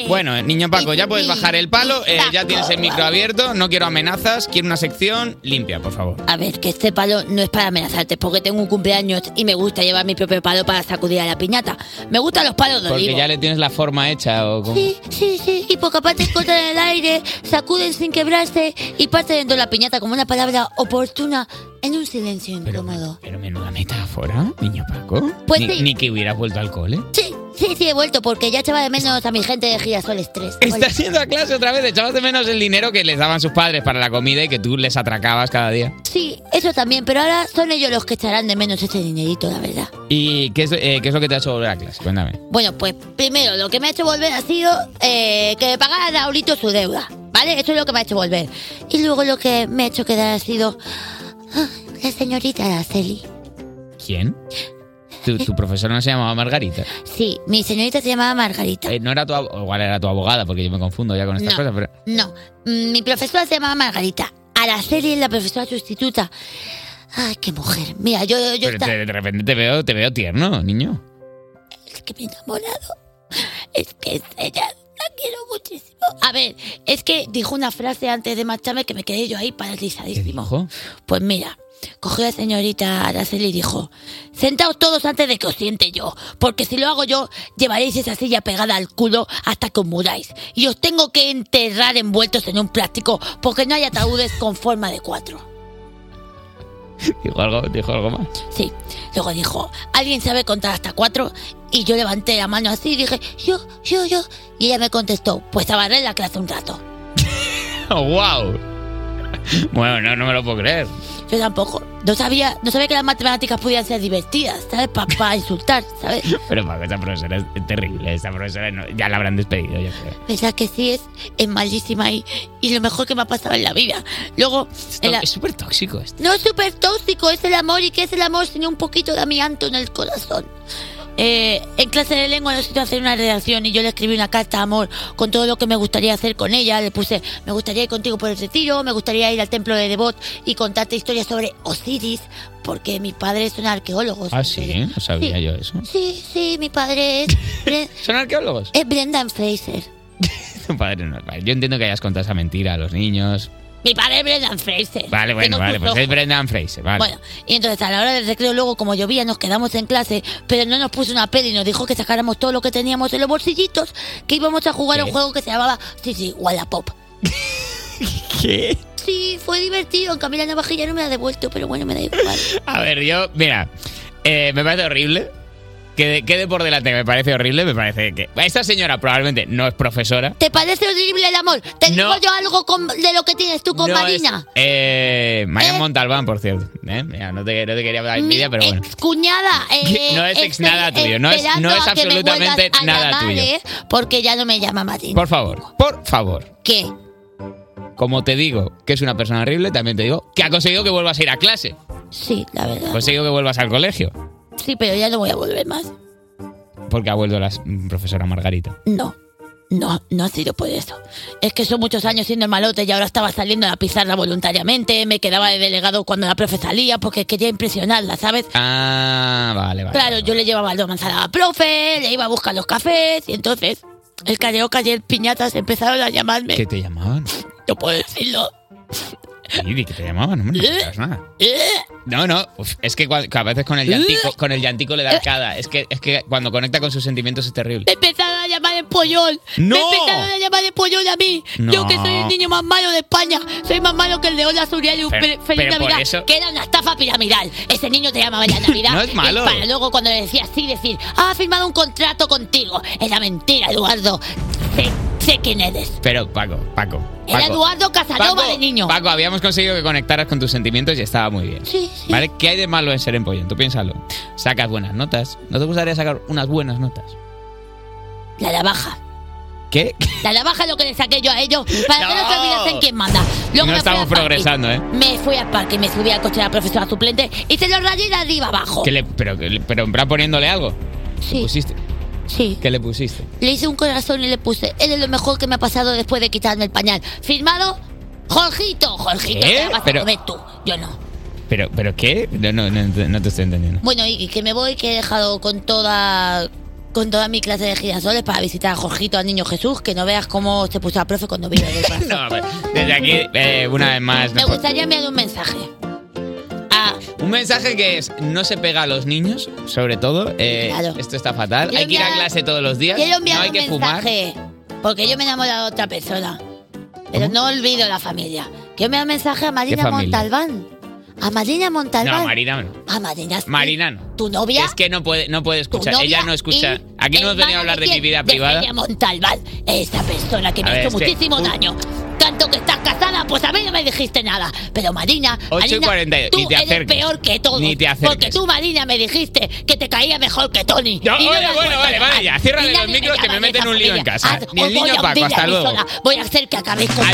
Speaker 3: Bueno, eh, niño Paco, ya puedes bajar el palo, eh, ya tienes el micro abierto, no quiero amenazas, quiero una sección limpia, por favor.
Speaker 11: A ver, que este palo no es para amenazarte, porque tengo un cumpleaños y me gusta llevar mi propio palo para sacudir a la piñata. Me gustan los palos de
Speaker 3: Porque
Speaker 11: olivo.
Speaker 3: ya le tienes la forma hecha o como...
Speaker 11: Sí, sí, sí, y porque aparte cortan el aire, sacuden sin quebrarse y parte dentro de la piñata como una palabra oportuna en un silencio incómodo.
Speaker 3: Pero menuda metáfora, niño Paco.
Speaker 11: Pues
Speaker 3: ni,
Speaker 11: sí.
Speaker 3: ni que hubieras vuelto al cole.
Speaker 11: Sí, sí, sí, he vuelto porque ya echaba de menos a mi gente de Girasoles 3. Hola.
Speaker 3: Estás yendo a clase otra vez, echabas de menos el dinero que les daban sus padres para la comida y que tú les atracabas cada día.
Speaker 11: Sí, eso también, pero ahora son ellos los que echarán de menos ese dinerito, la verdad.
Speaker 3: ¿Y qué es, eh, qué es lo que te ha hecho volver a clase? Cuéntame.
Speaker 11: Bueno, pues primero lo que me ha hecho volver ha sido eh, que me pagara Raulito su deuda, ¿vale? Eso es lo que me ha hecho volver. Y luego lo que me ha hecho quedar ha sido ah, la señorita Araceli.
Speaker 3: ¿Quién? Tu, tu profesora no se llamaba Margarita.
Speaker 11: Sí, mi señorita se llamaba Margarita.
Speaker 3: Eh, no era tu, ab- igual era tu abogada, porque yo me confundo ya con estas
Speaker 11: No.
Speaker 3: cosas, pero...
Speaker 11: No, mm, mi profesora se llamaba Margarita. Araceli es la profesora sustituta. Ay, qué mujer. Mira, yo, yo
Speaker 3: Pero
Speaker 11: esta-
Speaker 3: te- de repente te veo, te veo tierno, niño.
Speaker 11: que me he enamorado. Es que es ella la quiero muchísimo. A ver, es que dijo una frase antes de marcharme que me quedé yo ahí paralizadísima. Pues mira, cogió a la señorita Araceli y dijo, sentaos todos antes de que os siente yo, porque si lo hago yo, llevaréis esa silla pegada al culo hasta que os muráis. Y os tengo que enterrar envueltos en un plástico, porque no hay ataúdes con forma de cuatro.
Speaker 3: Dijo algo, dijo algo más.
Speaker 11: Sí. Luego dijo, ¿alguien sabe contar hasta cuatro? Y yo levanté la mano así y dije, yo, yo, yo. Y ella me contestó, pues a barrer la clase un rato.
Speaker 3: ¡Wow! Oh, Bueno, no, no me lo puedo creer.
Speaker 11: Yo tampoco. No sabía, no sabía que las matemáticas podían ser divertidas, ¿sabes? Para insultar, ¿sabes?
Speaker 3: Pero Paco, esta profesora es es terrible. Esta profesora no- ya la habrán despedido, yo creo.
Speaker 11: ¿Verdad que sí? Es, es malísima y, y lo mejor que me ha pasado en la vida. Luego... en la-
Speaker 3: Es súper tóxico este. esto.
Speaker 11: No es súper tóxico, es el amor y que es el amor sin un poquito de amianto en el corazón. Eh, en clase de lengua nos hizo hacer una redacción y yo le escribí una carta a amor con todo lo que me gustaría hacer con ella. Le puse, me gustaría ir contigo por el retiro, me gustaría ir al templo de Devot y contarte historias sobre Osiris, porque mis padres son arqueólogos.
Speaker 3: Ah, sí, no sabía yo eso.
Speaker 11: Pues Sí, sí, mi padre es, Bre-
Speaker 3: ¿Son arqueólogos?
Speaker 11: es Brendan Fraser.
Speaker 3: Tu padre no- vale, Yo entiendo que hayas contado esa mentira a los niños.
Speaker 11: Mi padre es Brendan Fraser.
Speaker 3: Vale, bueno,
Speaker 11: Tengo
Speaker 3: vale.
Speaker 11: tus
Speaker 3: Pues
Speaker 11: ojos.
Speaker 3: es Brendan Fraser, vale.
Speaker 11: Bueno, y entonces a la hora del recreo, luego como llovía, nos quedamos en clase, pero no nos puso una peli y nos dijo que sacáramos todo lo que teníamos en los bolsillitos, que íbamos a jugar a un
Speaker 12: ¿Qué?
Speaker 11: juego que se llamaba, sí, sí, Wallapop.
Speaker 3: ¿Qué?
Speaker 11: Sí, fue divertido, aunque a mí la navajilla no me la ha devuelto, pero bueno, me da igual.
Speaker 3: A ver, yo, mira, eh, me parece horrible. Quede, quede por delante, me parece horrible, me parece que... Esta señora probablemente no es profesora.
Speaker 11: ¿Te parece horrible el amor? Te digo yo algo con- de lo que tienes tú con
Speaker 3: No
Speaker 11: Marina.
Speaker 3: Eh, María Montalbán, por cierto. ¿eh? Mira, no, te, no te quería dar envidia, pero bueno.
Speaker 11: Cuñada, eh,
Speaker 3: No es ex nada tuyo, no es-
Speaker 11: esperando
Speaker 3: no es
Speaker 11: a que me vuelvas
Speaker 3: absolutamente
Speaker 11: a
Speaker 3: nada
Speaker 11: llamar,
Speaker 3: tuyo.
Speaker 11: eh, Porque ya no me llama Marina.
Speaker 3: Por favor, por favor.
Speaker 11: ¿Qué?
Speaker 3: Como te digo que es una persona horrible, también te digo que ha conseguido que vuelvas a ir a clase.
Speaker 11: Sí, la verdad.
Speaker 3: Ha conseguido que vuelvas al colegio.
Speaker 11: Sí, pero ya no voy a volver más.
Speaker 3: Porque ha vuelto la s- mm, profesora Margarita.
Speaker 11: No, no, no ha sido por eso. Es que son muchos años siendo el malote y ahora estaba saliendo a la pizarra voluntariamente, me quedaba de delegado cuando la profe salía porque quería impresionarla, ¿sabes?
Speaker 3: Ah, vale, vale.
Speaker 11: claro, yo le llevaba dos manzanas a la profe, le iba a buscar los cafés y entonces el carioca y el piñatas empezaron a llamarme.
Speaker 3: ¿Qué te llamaban?
Speaker 11: No puedo decirlo.
Speaker 3: Sí, di que te llamaban, no me
Speaker 11: ¿Eh?
Speaker 3: digas nada.
Speaker 11: ¿Eh?
Speaker 3: No, no, uf, es que, cua- que a veces con el llantico, con el llantico
Speaker 11: Eh.
Speaker 3: le da arcada. Es que, es que cuando conecta con sus sentimientos es terrible.
Speaker 11: Me empezaron a llamar el pollón.
Speaker 3: ¡No!
Speaker 11: Me empezaron a llamar el pollón a mí.
Speaker 3: No.
Speaker 11: Yo que soy el niño más malo de España. Soy más malo que el de Hola Suriel y un
Speaker 3: Ah. Pero-
Speaker 11: fe- Feliz
Speaker 3: pero por
Speaker 11: Navidad.
Speaker 3: eso-
Speaker 11: Que era una estafa piramidal. Ese niño te llamaba en la Navidad.
Speaker 3: No es malo.
Speaker 11: Y para luego cuando le decías sí decir, ha firmado un contrato contigo. Era mentira, Eduardo. Sé, sé quién eres.
Speaker 3: Pero Paco, Paco.
Speaker 11: Era
Speaker 3: Paco.
Speaker 11: Eduardo Casanova
Speaker 3: Paco,
Speaker 11: de niño.
Speaker 3: Paco, habíamos conseguido que conectaras con tus sentimientos y estaba muy bien.
Speaker 11: Sí,
Speaker 3: ¿Vale? ¿Qué hay de malo en ser empollón? Tú piénsalo. Sacas buenas notas. ¿No te gustaría sacar unas buenas notas?
Speaker 11: La navaja.
Speaker 3: ¿Qué?
Speaker 11: La navaja es lo que le saqué yo a ellos para que no te olvides en quién manda.
Speaker 3: no
Speaker 11: Luego me fui
Speaker 3: estamos
Speaker 11: al parque.
Speaker 3: progresando, ¿eh?
Speaker 11: Me fui al parque, me subí al coche de la profesora suplente y se lo rayé de arriba abajo.
Speaker 3: Que le- pero, que le- pero en plan poniéndole algo.
Speaker 11: Sí.
Speaker 3: Pusiste.
Speaker 11: Sí.
Speaker 12: ¿Qué le pusiste?
Speaker 11: Le hice un corazón y le puse, él es lo mejor que me ha pasado después de quitarme el pañal. Firmado, Jorgito. Jorgito,
Speaker 12: ¿Qué?
Speaker 11: te la vas
Speaker 12: Pero-
Speaker 11: a comer tú, yo no.
Speaker 12: ¿Pero, pero qué? No, no, no, no te estoy entendiendo.
Speaker 11: Bueno, y que me voy, que he dejado con toda con toda mi clase de girasoles para visitar a Jorgito, al niño Jesús, que no veas cómo se puso la profe cuando vino. del bar.
Speaker 3: No, a ver, desde aquí, eh, una vez más.
Speaker 11: me
Speaker 3: no-
Speaker 11: gustaría enviar un mensaje.
Speaker 3: Un mensaje que es, no se pega a los niños, sobre todo. eh, Esto está fatal.
Speaker 11: Quiero
Speaker 3: Hay que ir a
Speaker 11: enviar-
Speaker 3: clase todos los días.
Speaker 11: Quiero enviar
Speaker 3: No hay
Speaker 11: un
Speaker 3: que fumar.
Speaker 11: mensaje, porque yo me he enamorado de otra persona. Pero no olvido la familia. Quiero enviar un mensaje a Marina
Speaker 3: familia?
Speaker 11: Montalbán. A Marina Montalbán.
Speaker 3: No, Marina no.
Speaker 11: A Marina.
Speaker 3: Marina no.
Speaker 11: Tu novia.
Speaker 3: Es que no puede, no puede escuchar.
Speaker 11: novia
Speaker 3: Ella no escucha.
Speaker 11: y
Speaker 3: Aquí no hemos venido a hablar de mi
Speaker 11: ¿quién?
Speaker 3: vida privada.
Speaker 11: Celia Montalbán, esa persona que me
Speaker 3: A
Speaker 11: ha
Speaker 3: ver,
Speaker 11: hecho
Speaker 3: es que-
Speaker 11: muchísimo daño. Tanto que estás casada, pues a mí no me dijiste nada. Pero Marina,
Speaker 3: 8 y
Speaker 11: Marina,
Speaker 3: 40,
Speaker 11: tú
Speaker 3: ni te
Speaker 11: eres
Speaker 3: acerques.
Speaker 11: peor que todos.
Speaker 3: Ni te acerques.
Speaker 11: porque tú, Marina, me dijiste que te caía mejor que Tony.
Speaker 3: No,
Speaker 11: Y no
Speaker 3: vale,
Speaker 11: la
Speaker 3: bueno,
Speaker 11: has vuelto a
Speaker 3: vale, vale,
Speaker 11: llamar.
Speaker 3: ya. Ciérrale
Speaker 11: Y
Speaker 3: los
Speaker 11: nadie me
Speaker 3: micros que
Speaker 11: llama
Speaker 3: me
Speaker 11: de
Speaker 3: meten
Speaker 11: esa
Speaker 3: un lío en
Speaker 11: familia.
Speaker 3: casa. Ni
Speaker 11: os
Speaker 3: el niño
Speaker 11: voy a
Speaker 3: Paco,
Speaker 11: hundir
Speaker 3: hasta
Speaker 11: a mí
Speaker 3: luego.
Speaker 11: sola. Voy a hacer que acabéis con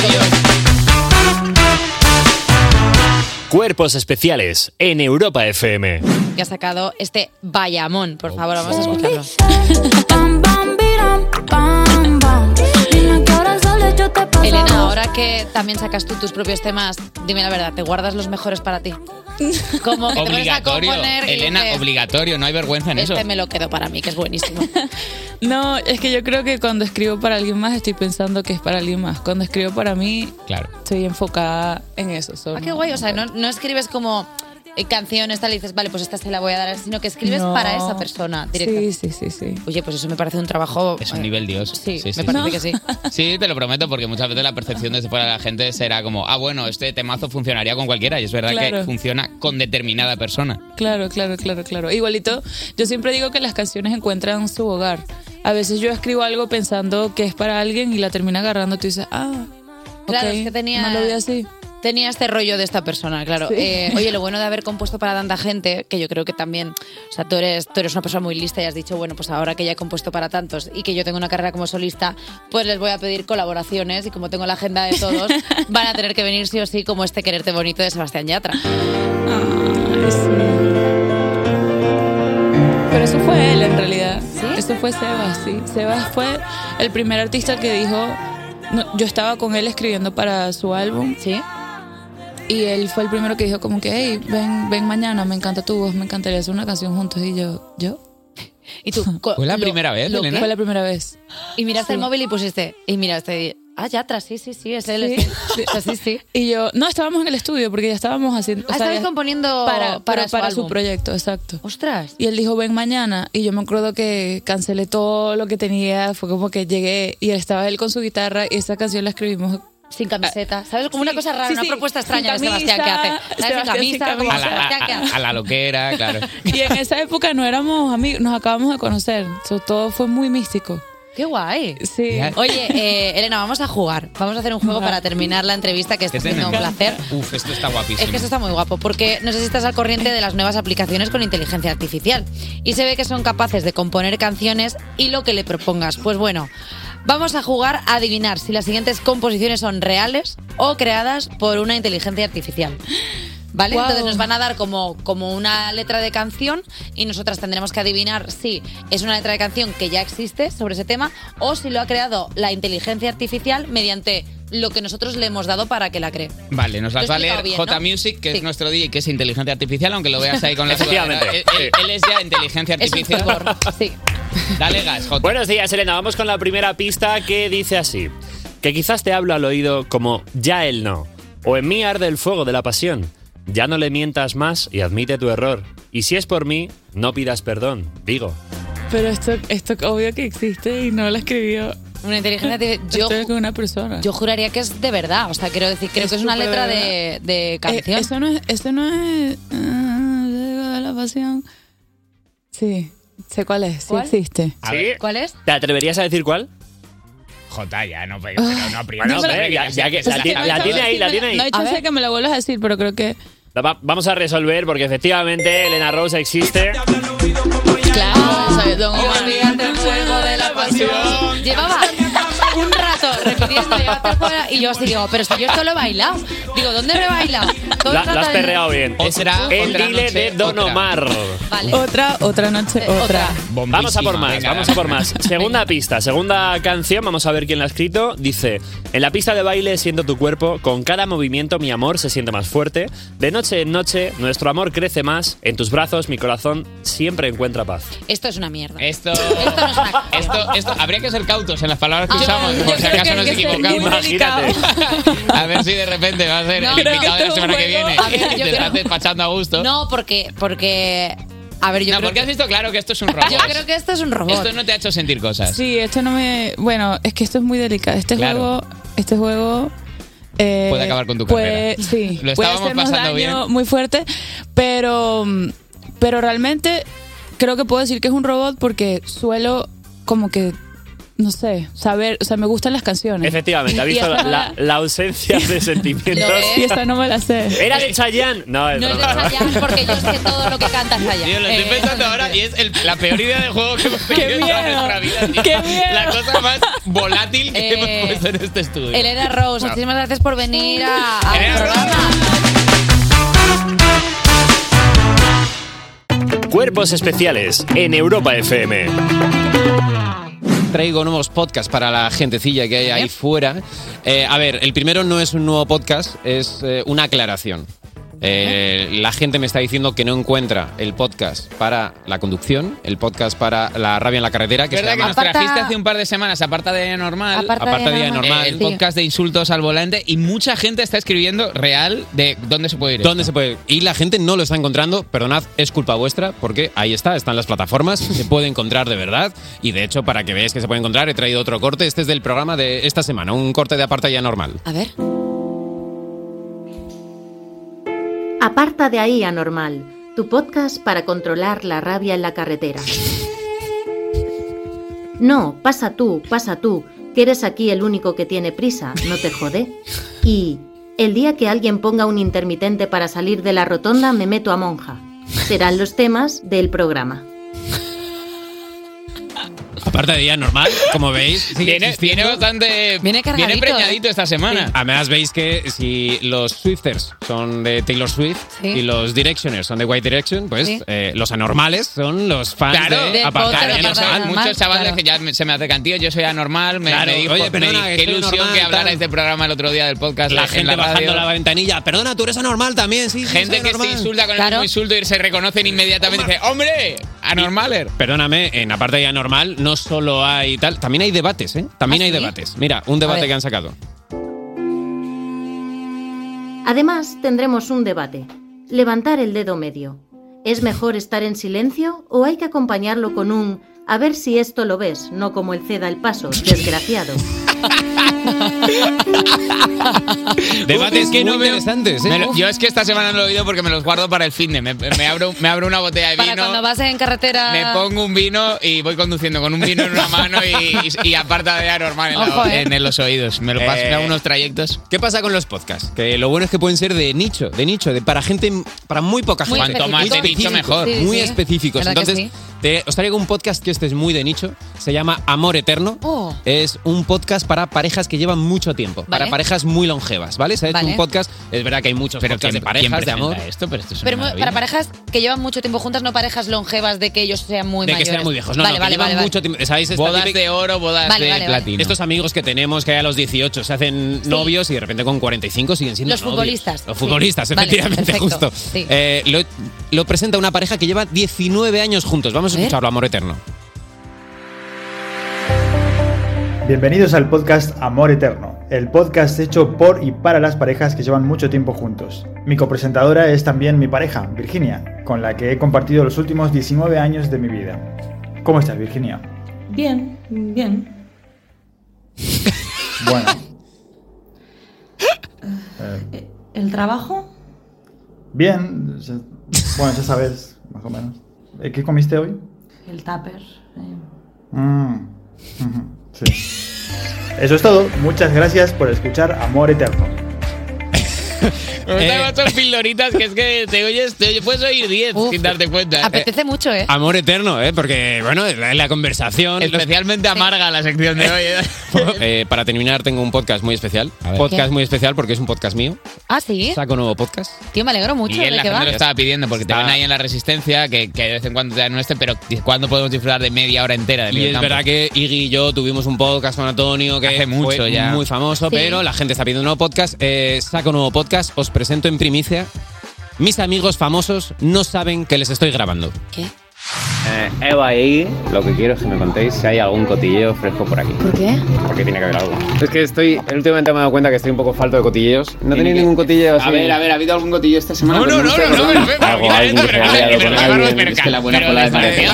Speaker 1: Cuerpos especiales en Europa FM.
Speaker 2: que ha sacado este Bayamón. Por favor, vamos a
Speaker 3: Oh.
Speaker 2: escucharlo. Elena, ahora que también sacas tú tus propios temas, dime la verdad, ¿te guardas los mejores para ti? Como que te pones a
Speaker 3: Obligatorio.
Speaker 2: componer y
Speaker 3: Elena,
Speaker 2: dices,
Speaker 3: obligatorio. No hay vergüenza en eso.
Speaker 2: este me lo quedo para mí, que es buenísimo.
Speaker 13: No, es que yo creo que cuando escribo para alguien más estoy pensando que es para alguien más. Cuando escribo para mí,
Speaker 3: Claro.
Speaker 13: estoy enfocada en eso. solo.
Speaker 2: Ah, qué guay, o sea, no, no escribes como eh, canciones tal y dices, vale, pues esta se la voy a dar, sino que escribes
Speaker 13: No.
Speaker 2: para esa persona directamente.
Speaker 13: Sí, sí, sí, sí.
Speaker 2: Oye, pues eso me parece un trabajo.
Speaker 3: Es un nivel dios. Sí,
Speaker 2: me parece que sí.
Speaker 3: Sí, te lo prometo, porque muchas veces la percepción desde fuera de la gente será como, ah, bueno, este temazo funcionaría con cualquiera. Y es verdad que
Speaker 13: Claro.
Speaker 3: funciona con determinada persona.
Speaker 13: Claro, claro, claro, claro. Igualito, yo siempre digo que las canciones encuentran su hogar. A veces yo escribo algo pensando que es para alguien y la termina agarrando y tú dices, ah,
Speaker 2: Claro,
Speaker 13: ok,
Speaker 2: es que tenía.
Speaker 13: no lo vi así.
Speaker 2: Tenía este rollo de esta persona, claro.
Speaker 13: Sí.
Speaker 2: Eh, oye, lo bueno de haber compuesto para tanta gente, que yo creo que también, o sea, tú eres, tú eres una persona muy lista y has dicho, bueno, pues ahora que ya he compuesto para tantos y que yo tengo una carrera como solista, pues les voy a pedir colaboraciones y como tengo la agenda de todos, van a tener que venir sí o sí como este Quererte Bonito de Sebastián Yatra.
Speaker 13: Ah, Pero eso fue él en realidad. Eso fue Sebas, sí. Sebas fue el primer artista que dijo. no, yo estaba con él escribiendo para su álbum.
Speaker 2: Sí.
Speaker 13: Y él fue el primero que dijo como que, hey, ven, ven mañana, me encanta tu voz, me encantaría hacer una canción juntos. Y yo, ¿yo?
Speaker 2: ¿Y tú?
Speaker 3: ¿Fue la primera vez,
Speaker 13: lo-
Speaker 3: Elena?
Speaker 13: Fue la primera vez.
Speaker 2: Y miraste el móvil y pusiste, y miraste, ah, Yatra, sí, sí, sí, es él. es él.
Speaker 13: pues Y yo, no, estábamos en el estudio porque ya estábamos haciendo...
Speaker 2: Ah, estabais
Speaker 13: ya-
Speaker 2: componiendo
Speaker 13: para,
Speaker 2: para
Speaker 13: pero
Speaker 2: su
Speaker 13: para su,
Speaker 2: álbum.
Speaker 13: proyecto, exacto.
Speaker 2: ¡Ostras!
Speaker 13: Y él dijo, ven mañana. Y yo me acuerdo que cancelé todo lo que tenía. Fue como que llegué y estaba él con su guitarra y esa canción la escribimos...
Speaker 2: Sin camiseta, ¿sabes? Como una cosa rara, una propuesta
Speaker 13: sin
Speaker 2: extraña de Sebastián que
Speaker 13: camisa,
Speaker 2: hace. ¿Sabes? Sin
Speaker 13: Sebastián
Speaker 2: camisa, como
Speaker 3: A la, a-
Speaker 2: Sebastián que hace.
Speaker 3: a- a la loquera, claro.
Speaker 13: Y en esa época no éramos amigos, nos acabamos de conocer. So, todo fue muy místico.
Speaker 2: ¡Qué guay!
Speaker 13: Sí.
Speaker 2: Oye, eh, Elena, vamos a jugar. Vamos a hacer un juego para terminar la entrevista, que está
Speaker 3: este
Speaker 2: siendo un placer.
Speaker 3: Uf, esto está guapísimo.
Speaker 2: Es que esto está muy guapo, porque no sé si estás al corriente de las nuevas aplicaciones con inteligencia artificial. Y se ve que son capaces de componer canciones y lo que le propongas. Pues bueno, vamos a jugar a adivinar si las siguientes composiciones son reales o creadas por una inteligencia artificial. ¿Vale?
Speaker 13: Guau.
Speaker 2: Entonces nos van a dar como, como una letra de canción y nosotras tendremos que adivinar si es una letra de canción que ya existe sobre ese tema o si lo ha creado la inteligencia artificial mediante lo que nosotros le hemos dado para que la cree.
Speaker 3: Vale, nos
Speaker 2: Lo
Speaker 3: las
Speaker 2: he
Speaker 3: va a
Speaker 2: explicado
Speaker 3: leer
Speaker 2: bien,
Speaker 3: J
Speaker 2: ¿no?
Speaker 3: Music, que es nuestro DJ, que es inteligencia artificial, aunque lo veas ahí con la sudadera.
Speaker 1: Efectivamente,
Speaker 3: Él, él- él es ya inteligencia artificial. Dale gas, J.
Speaker 1: Buenos días, Elena. Vamos con la primera pista que dice así. Que quizás te hablo al oído como ya él no. O en mí arde el fuego de la pasión. Ya no le mientas más y admite tu error. Y si es por mí, no pidas perdón. Digo.
Speaker 13: Pero esto, esto obvio que existe y no la escribió.
Speaker 2: Una inteligencia artificial. Yo,
Speaker 13: Estoy con una persona.
Speaker 2: yo juraría que es de verdad. O sea, quiero decir, creo
Speaker 13: Es
Speaker 2: que es una
Speaker 13: súper
Speaker 2: letra
Speaker 13: de
Speaker 2: de, de
Speaker 13: Eh,
Speaker 2: canción.
Speaker 13: eso no es. Eso no es ah, Diego de la pasión. Sí, sé cuál es.
Speaker 2: ¿Cuál?
Speaker 13: Sí existe.
Speaker 2: ¿Cuál es?
Speaker 1: ¿Te atreverías a decir cuál?
Speaker 3: J, ya, no, pero, pero no, primero.
Speaker 1: Bueno, hombre, ya, ya que la, ti- la tiene ahí, la tiene ahí.
Speaker 13: No hay chance de que me la vuelvas a decir, pero creo que.
Speaker 1: La va- vamos a resolver porque efectivamente Elena Rose existe.
Speaker 2: Oh, Llevaba un rato repitiendo estoy a otra cosa y yo así digo, pero si yo esto lo he bailado. Digo, ¿dónde lo he bailado? Todo
Speaker 1: La,
Speaker 2: el rato
Speaker 1: la has
Speaker 2: al-
Speaker 1: perreado bien.
Speaker 2: Otra-
Speaker 1: el
Speaker 2: otra
Speaker 1: dile
Speaker 2: noche,
Speaker 1: de Don
Speaker 2: otra.
Speaker 1: Omar.
Speaker 2: Vale. Eh,
Speaker 13: Otra, otra noche, Eh, otra.
Speaker 1: Vamos a por más,
Speaker 13: Venga,
Speaker 1: vamos a por más. Segunda pista, segunda canción, vamos a ver quién la ha escrito. Dice, en la pista de baile siento tu cuerpo, con cada movimiento mi amor se siente más fuerte, de noche en noche nuestro amor crece más, en tus brazos mi corazón siempre encuentra paz.
Speaker 2: Esto es una mierda.
Speaker 3: Esto, esto, esto- habría que ser cautos en las palabras que
Speaker 2: Ah,
Speaker 3: usamos,
Speaker 2: yo
Speaker 3: por si
Speaker 2: creo que
Speaker 3: acaso
Speaker 2: hay
Speaker 3: nos
Speaker 2: que ser
Speaker 3: equivocamos.
Speaker 2: muy Imagínate.
Speaker 3: A ver si de repente va a ser
Speaker 2: No,
Speaker 3: el
Speaker 2: creo
Speaker 3: invitado
Speaker 2: que
Speaker 3: de la
Speaker 2: todo
Speaker 3: semana que
Speaker 2: juego-
Speaker 3: viene.
Speaker 2: A ver, yo
Speaker 3: Te
Speaker 2: creo-
Speaker 3: estás despachando a gusto.
Speaker 2: No, porque, porque. A ver, yo
Speaker 3: No,
Speaker 2: creo
Speaker 3: porque has visto claro que esto es un robot.
Speaker 2: Yo creo que esto es un robot.
Speaker 3: Esto no te ha hecho sentir cosas.
Speaker 13: Sí, esto no me. Bueno, es que esto es muy delicado. Este
Speaker 3: Claro.
Speaker 13: juego. Este juego. eh,
Speaker 3: Puede acabar con tu
Speaker 13: puede-
Speaker 3: carrera.
Speaker 13: Sí,
Speaker 3: Lo
Speaker 13: puede
Speaker 3: estábamos
Speaker 13: hacernos
Speaker 3: pasando
Speaker 13: daño
Speaker 3: bien.
Speaker 13: muy fuerte, pero, pero realmente creo que puedo decir que es un robot porque suelo como que, no sé, saber, o sea, me gustan las canciones.
Speaker 1: Efectivamente, ha
Speaker 13: Y
Speaker 1: visto la,
Speaker 13: esta-
Speaker 1: la- la ausencia de sentimientos.
Speaker 13: Y esta no me la sé.
Speaker 1: ¿Era de Chayanne? No, es
Speaker 13: No es de
Speaker 1: broma.
Speaker 2: porque yo sé todo lo que cantas allá. Eh,
Speaker 3: Yo lo estoy pensando ahora y es el- la peor idea de juego que hemos tenido en toda nuestra vida. tío.
Speaker 2: ¡Qué miedo!
Speaker 3: La cosa más volátil que
Speaker 2: Eh,
Speaker 3: hemos puesto en este estudio.
Speaker 2: Elena Rose,
Speaker 3: No.
Speaker 2: muchísimas gracias por venir a, al programa.
Speaker 1: Cuerpos especiales en Europa FM.
Speaker 14: Traigo nuevos podcasts para la gentecilla que hay ahí fuera. Eh, a ver, el primero no es un nuevo podcast, es eh, una aclaración. Eh, la gente me está diciendo que no encuentra el podcast para la conducción, el podcast para la rabia en la carretera, que
Speaker 3: Es
Speaker 14: se
Speaker 3: verdad que
Speaker 14: llama
Speaker 3: nos trajiste hace un par de semanas, aparta de día normal,
Speaker 14: Aparta de Aparta de día normal.
Speaker 2: eh,
Speaker 14: normal.
Speaker 3: el
Speaker 14: Sí.
Speaker 3: podcast de insultos al volante y mucha gente está escribiendo real de dónde se puede ir.
Speaker 14: ¿Dónde se puede? Y la gente no lo está encontrando, perdonad, es culpa vuestra, porque ahí está, están las plataformas, se puede encontrar de verdad. Y de hecho, para que veáis que se puede encontrar, he traído otro corte. Este es del programa de esta semana, un corte de aparta ya normal.
Speaker 2: A ver.
Speaker 15: Aparta de ahí, anormal. Tu podcast para controlar la rabia en la carretera. No, pasa tú, pasa tú, que eres aquí el único que tiene prisa, no te jode. Y el día que alguien ponga un intermitente para salir de la rotonda, me meto a monja. Serán los temas del programa.
Speaker 14: Aparta de día normal, como veis. sigue
Speaker 3: Viene,
Speaker 14: existiendo.
Speaker 3: viene bastante. Viene
Speaker 14: cargadito, ¿eh?
Speaker 2: ¿eh?
Speaker 3: preñadito esta semana.
Speaker 14: Además, veis que si los Swifters son de Taylor Swift
Speaker 3: Sí.
Speaker 14: y los Directioners son de White Direction, pues
Speaker 3: Sí.
Speaker 14: eh, los anormales son los fans
Speaker 3: Claro,
Speaker 14: de Aparta de
Speaker 3: Claro,
Speaker 14: Día
Speaker 3: muchos-
Speaker 14: Normal.
Speaker 3: muchos chavales que ya me- se me acercan, tío, yo soy anormal, me,
Speaker 14: Claro,
Speaker 3: me dijo,
Speaker 14: oye,
Speaker 3: me
Speaker 14: perdona,
Speaker 3: di-
Speaker 14: que
Speaker 3: qué
Speaker 14: estoy
Speaker 3: ilusión
Speaker 14: normal,
Speaker 3: que hablara
Speaker 14: tal.
Speaker 3: este programa el otro día del podcast.
Speaker 14: La
Speaker 3: en
Speaker 14: gente
Speaker 3: radio.
Speaker 14: bajando la ventanilla. Perdona, tú eres anormal también, sí. sí,
Speaker 3: Gente
Speaker 14: soy
Speaker 3: que se
Speaker 14: anormal".
Speaker 3: insulta con el mismo insulto y se reconocen inmediatamente y dice, ¡hombre! ¡Anormaler!
Speaker 14: Perdóname, en Aparta de Día Normal no solo hay tal, también hay debates, ¿eh? También
Speaker 15: ¿Ah,
Speaker 14: hay
Speaker 15: sí?
Speaker 14: debates. Mira, un
Speaker 15: A
Speaker 14: debate
Speaker 15: ver.
Speaker 14: que han sacado.
Speaker 15: Además, tendremos un debate. Levantar el dedo medio. ¿Es mejor estar en silencio o hay que acompañarlo con un a ver si esto lo ves, no como el ceda el paso, desgraciado?
Speaker 14: Debates que no interesantes, ¿eh?
Speaker 3: Uh, Me lo- yo es que esta semana no lo he oído porque me los guardo para el fin de. Me, me abro, me abro una botella de
Speaker 2: Para
Speaker 3: vino.
Speaker 2: cuando vas en carretera.
Speaker 3: Me pongo un vino y voy conduciendo con un vino en una mano y, y- y aparta de anormal en, la-
Speaker 14: Ojo, eh.
Speaker 3: en el- los oídos. Me lo paso
Speaker 14: Eh,
Speaker 3: me hago unos trayectos.
Speaker 14: ¿Qué pasa con los podcasts? Que lo bueno es que pueden ser de nicho, de nicho, de para gente, para muy poca
Speaker 3: Muy
Speaker 14: gente.
Speaker 3: Cuanto más específicos. de nicho,
Speaker 14: Específicos,
Speaker 3: mejor. Sí,
Speaker 14: muy
Speaker 3: sí.
Speaker 14: específicos.
Speaker 3: ¿Verdad que
Speaker 14: Entonces, te- os traigo un podcast que este es muy de nicho. Se llama Amor Eterno.
Speaker 3: Uh.
Speaker 2: Oh.
Speaker 14: Es un podcast para parejas que llevan mucho tiempo, para
Speaker 2: Vale.
Speaker 14: parejas muy longevas, ¿vale? Se ha hecho
Speaker 2: Vale.
Speaker 14: un podcast. Es verdad que hay muchos podcasts de
Speaker 3: ¿quién- quién
Speaker 14: parejas, de
Speaker 3: presenta
Speaker 14: amor.
Speaker 3: Esto, pero esto es
Speaker 2: Pero para parejas que llevan mucho tiempo juntas, no parejas longevas de que ellos sean muy
Speaker 14: de que
Speaker 2: mayores.
Speaker 14: sean muy viejos. No,
Speaker 2: vale,
Speaker 14: no, que
Speaker 2: vale,
Speaker 14: llevan
Speaker 2: vale, vale.
Speaker 14: mucho tiempo. ¿Sabéis? Esta
Speaker 3: Bodas
Speaker 14: típica-
Speaker 3: de oro, bodas
Speaker 2: Vale,
Speaker 3: de
Speaker 2: vale, vale. platino.
Speaker 14: Estos amigos que tenemos que a los 18 se hacen novios y de repente con 45 siguen siendo
Speaker 2: Los
Speaker 14: novios.
Speaker 2: futbolistas.
Speaker 14: Los
Speaker 2: Sí.
Speaker 14: futbolistas,
Speaker 2: Vale,
Speaker 14: efectivamente,
Speaker 2: perfecto.
Speaker 14: justo. Eh, lo, lo presenta una pareja que lleva 19 años juntos. Vamos a escucharlo, Amor Eterno.
Speaker 16: Bienvenidos al podcast Amor Eterno, el podcast hecho por y para las parejas que llevan mucho tiempo juntos. Mi copresentadora es también mi pareja, Virginia, con la que he compartido los últimos 19 años de mi vida. ¿Cómo estás, Virginia?
Speaker 17: Bien, bien.
Speaker 16: Bueno, Eh,
Speaker 17: ¿El trabajo?
Speaker 16: bien, ya- bueno, ya sabes, más o menos. Eh, ¿Qué comiste hoy?
Speaker 17: El tupper. eh.
Speaker 16: Mm, ujú, sí. Eso es todo, muchas gracias por escuchar Amor Eterno.
Speaker 3: Me gustan más son pildoritas que es que te oyes, te oyes- puedes oír 10 sin darte cuenta.
Speaker 2: Apetece mucho, ¿eh?
Speaker 14: Amor eterno, ¿eh? Porque, bueno, es la, es la conversación.
Speaker 3: Especialmente amarga la sección de hoy. ¿eh?
Speaker 14: Eh, para terminar, tengo un podcast muy especial. Podcast
Speaker 2: ¿Qué?
Speaker 14: muy especial porque es un podcast mío.
Speaker 2: Ah, sí.
Speaker 14: Saco nuevo podcast.
Speaker 2: Tío, me alegro mucho
Speaker 3: Miguel,
Speaker 2: de
Speaker 3: la
Speaker 2: que
Speaker 3: gente
Speaker 2: va.
Speaker 3: lo estaba pidiendo porque te ven ahí en la resistencia, que, que de vez en cuando te dan un este, pero ¿cuándo podemos disfrutar de media hora entera de
Speaker 14: Y
Speaker 3: Miguel
Speaker 14: es
Speaker 3: Campos?
Speaker 14: verdad que Iggy y yo tuvimos un podcast con Antonio que
Speaker 3: mucho
Speaker 14: fue
Speaker 3: ya.
Speaker 14: muy famoso,
Speaker 3: Sí.
Speaker 14: pero la gente está pidiendo un nuevo podcast. Eh, saco un nuevo podcast, os presento en primicia. Mis amigos famosos no saben que les estoy grabando.
Speaker 18: Eh, Eva y lo que quiero es que me contéis si hay algún cotilleo fresco por aquí.
Speaker 5: ¿Por qué?
Speaker 18: Porque tiene que haber algo. Es que estoy, últimamente me he dado cuenta que estoy un poco falto de cotilleos. No tenéis ningún cotilleo así.
Speaker 19: A ver, a ver, ¿ha habido algún cotillo esta semana? No, no, no, no, no,
Speaker 18: Algo, alguien que se haya liado con alguien.
Speaker 19: Es que la buena cola de Valencia.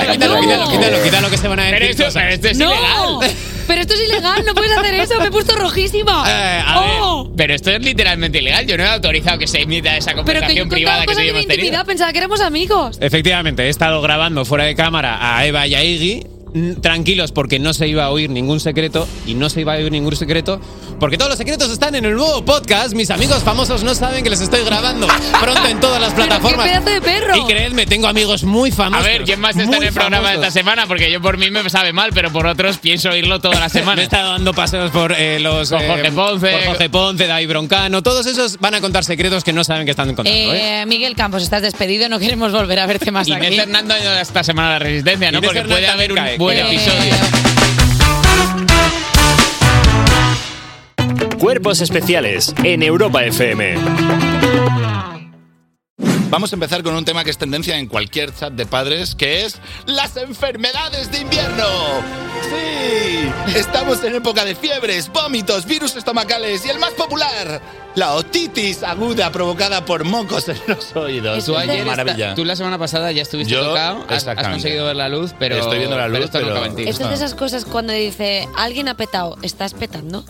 Speaker 14: Quítalo que se van a decir cosas.
Speaker 2: ¡No! Pero esto es ilegal, no puedes hacer eso, me he puesto rojísima.
Speaker 3: Eh,
Speaker 14: Eh,
Speaker 2: Oh,
Speaker 3: a ver, Pero esto es literalmente ilegal. Yo no he autorizado que se emita esa
Speaker 2: Pero que yo
Speaker 3: conversación
Speaker 2: contaba
Speaker 3: privada que
Speaker 2: cosas
Speaker 3: se
Speaker 2: de mi
Speaker 3: hemos tenido.
Speaker 2: intimidad, pensaba que éramos amigos.
Speaker 14: Efectivamente, he estado grabando fuera de cámara a Eva y a Iggy. mm, Tranquilos porque no se iba a oír ningún secreto y no se iba a oír ningún secreto porque todos los secretos están en el nuevo podcast. Mis amigos famosos no saben que les estoy grabando pronto en todas las plataformas.
Speaker 2: pedazo de perro!
Speaker 14: Y creedme, tengo amigos muy
Speaker 3: A
Speaker 14: famosos.
Speaker 3: ver, ¿quién más está
Speaker 14: muy
Speaker 3: en el programa de
Speaker 14: famosos.
Speaker 3: esta semana? Porque yo por mí me sabe mal, pero por otros pienso oírlo toda la semana.
Speaker 14: Me he estado dando paseos por eh, los.
Speaker 3: Por Jorge
Speaker 14: Ponce. Por Jorge Ponce, David Broncano. Todos esos van a contar secretos que no saben que están contando. ¿eh?
Speaker 2: Eh, Miguel Campos, estás despedido, no queremos volver a verte más
Speaker 3: Inés
Speaker 2: aquí.
Speaker 3: Hernando ha ido esta semana a la resistencia, ¿no?
Speaker 14: Inés
Speaker 3: Porque
Speaker 14: Hernando
Speaker 3: puede haber un
Speaker 14: cae.
Speaker 3: buen
Speaker 14: Eh,
Speaker 3: episodio.
Speaker 1: Cuerpos especiales en Europa FM.
Speaker 9: Vamos a empezar con un tema que es tendencia en cualquier chat de padres, que es las enfermedades de invierno. Sí, estamos en época de fiebres, vómitos, virus estomacales y el más popular, la otitis aguda provocada por mocos en los oídos.
Speaker 3: Tú ayer
Speaker 9: Maravilla.
Speaker 3: esta- tú la semana pasada ya estuviste
Speaker 9: Yo,
Speaker 3: tocado, has- has,
Speaker 9: exactamente.
Speaker 3: conseguido ver la luz, pero
Speaker 9: Estoy viendo la luz,
Speaker 3: esto
Speaker 9: pero-
Speaker 3: nunca va en ti.
Speaker 2: Esto es de esas cosas cuando dice, alguien ha petado, ¿estás petando?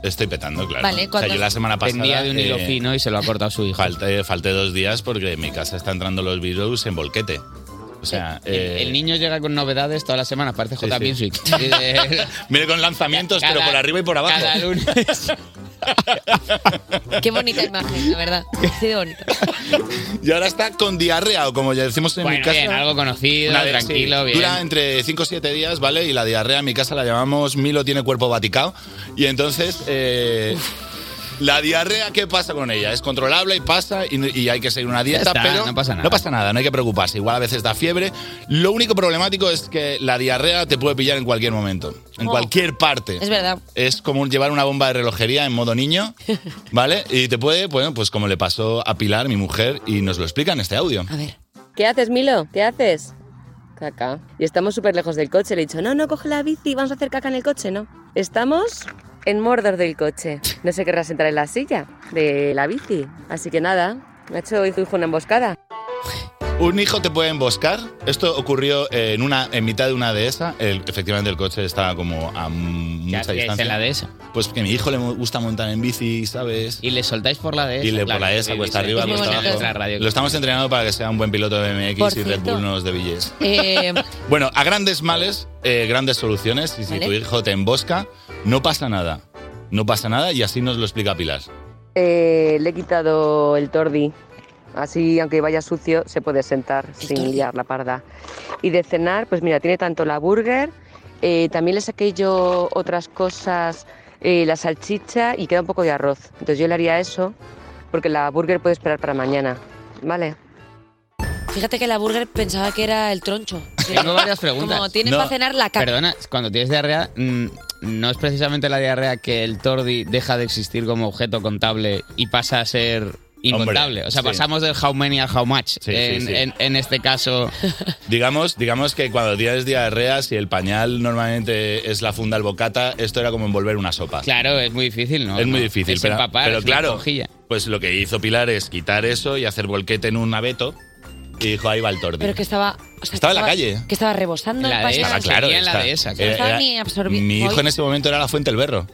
Speaker 9: Estoy petando, claro.
Speaker 2: Vale,
Speaker 9: o sea,
Speaker 2: cuando-
Speaker 9: yo la semana pasada.
Speaker 3: Pendía de un hilo fino
Speaker 9: y se lo ha cortado su hija. Falté, falté dos días porque en mi casa está entrando los virus en volquete. O sea,
Speaker 3: El,
Speaker 9: eh,
Speaker 3: el niño llega con novedades todas las semanas, parece J.
Speaker 9: sí.
Speaker 3: Music.
Speaker 9: Mire, con lanzamientos, pero por arriba y por abajo.
Speaker 3: Cada lunes.
Speaker 2: Qué bonita imagen, la verdad. Ha sido bonita.
Speaker 9: Y ahora está con diarrea, o como ya decimos en mi
Speaker 3: Bueno,
Speaker 9: casa.
Speaker 3: bien, algo conocido,
Speaker 9: Una de-
Speaker 3: tranquilo,
Speaker 9: sí.
Speaker 3: bien.
Speaker 9: Dura entre 5 o 7 días, ¿vale? Y la diarrea en mi casa la llamamos Milo tiene cuerpo vaticado. Y entonces. eh, la diarrea, ¿qué pasa con ella? Es controlable y pasa y, y hay que seguir una dieta,
Speaker 3: está,
Speaker 9: pero
Speaker 3: no pasa nada.
Speaker 9: no pasa nada, no hay que preocuparse. Igual a veces da fiebre. Lo único problemático es que la diarrea te puede pillar en cualquier momento, en
Speaker 2: Oh.
Speaker 9: cualquier parte.
Speaker 2: Es verdad.
Speaker 9: Es como llevar una bomba de relojería en modo niño, ¿vale? Y te puede, bueno, pues como le pasó a Pilar, mi mujer, y nos lo explica en este audio.
Speaker 2: A ver.
Speaker 20: ¿Qué haces, Milo? ¿Qué haces? Caca. Y estamos súper lejos del coche. Le he dicho, no, no, coge la bici, vamos a hacer caca en el coche, ¿no? Estamos en Mordor del coche. No se querrá sentar en la silla de la bici. Así que nada, me ha hecho hijo hijo una emboscada.
Speaker 9: Un hijo te puede emboscar. Esto ocurrió en una en mitad de una dehesa. El- efectivamente, el coche estaba como a m- mucha
Speaker 3: hacíais
Speaker 9: distancia.
Speaker 3: en la dehesa?
Speaker 9: Pues que a mi hijo le mo- gusta montar en bici, ¿sabes?
Speaker 3: Y le soltáis por la dehesa.
Speaker 9: Y le por
Speaker 3: claro,
Speaker 9: la dehesa,
Speaker 3: sí,
Speaker 9: cuesta
Speaker 3: sí,
Speaker 9: arriba,
Speaker 3: es muy
Speaker 9: cuesta
Speaker 3: bonito.
Speaker 9: abajo.
Speaker 3: Nuestra radio.
Speaker 9: Lo estamos entrenando para que sea un buen piloto de BMX
Speaker 2: Por
Speaker 9: y Red
Speaker 2: cierto.
Speaker 9: Bull nos de Villes.
Speaker 2: Eh,
Speaker 9: Bueno, a grandes males, eh, grandes soluciones. Y si
Speaker 20: Vale.
Speaker 9: tu hijo te embosca, no pasa nada. No pasa nada y así nos lo explica Pilar.
Speaker 20: Eh, le he quitado el tordi. Así, aunque vaya sucio, se puede sentar sin liar la parda. Y de cenar, pues mira, tiene tanto la burger, eh, también le saqué yo otras cosas, eh, la salchicha y queda un poco de arroz. Entonces yo le haría eso, porque la burger puede esperar para mañana, ¿vale?
Speaker 2: Fíjate que la burger pensaba que era el troncho.
Speaker 3: Tengo varias preguntas.
Speaker 2: Como tienen para cenar la caca.
Speaker 3: Perdona, cuando tienes diarrea, mm, no es precisamente la diarrea que el tordi deja de existir como objeto contable y pasa a ser incontable. o sea,
Speaker 9: sí.
Speaker 3: pasamos del how many al how much.
Speaker 9: sí,
Speaker 3: en,
Speaker 9: sí.
Speaker 3: en- en este caso,
Speaker 9: Digamos, digamos que cuando tienes diarrea, si el pañal normalmente es la funda al bocata, esto era como envolver una sopa.
Speaker 3: claro, es muy difícil, ¿no?
Speaker 9: es muy
Speaker 3: No,
Speaker 9: difícil,
Speaker 3: es
Speaker 9: pero,
Speaker 3: empapar,
Speaker 9: pero
Speaker 3: es una
Speaker 9: claro,
Speaker 3: esponjilla.
Speaker 9: pues lo que hizo Pilar es quitar eso y hacer volquete en un abeto y dijo, ahí va el tordi.
Speaker 2: Pero que estaba. o sea,
Speaker 9: Estaba en
Speaker 2: que
Speaker 9: la calle.
Speaker 2: Que estaba rebosando.
Speaker 9: Estaba
Speaker 2: pasaba-
Speaker 9: claro,
Speaker 2: No
Speaker 9: está- Eh,
Speaker 2: estaba ni absorbiendo.
Speaker 9: este- mi hijo en ese momento era la fuente del berro.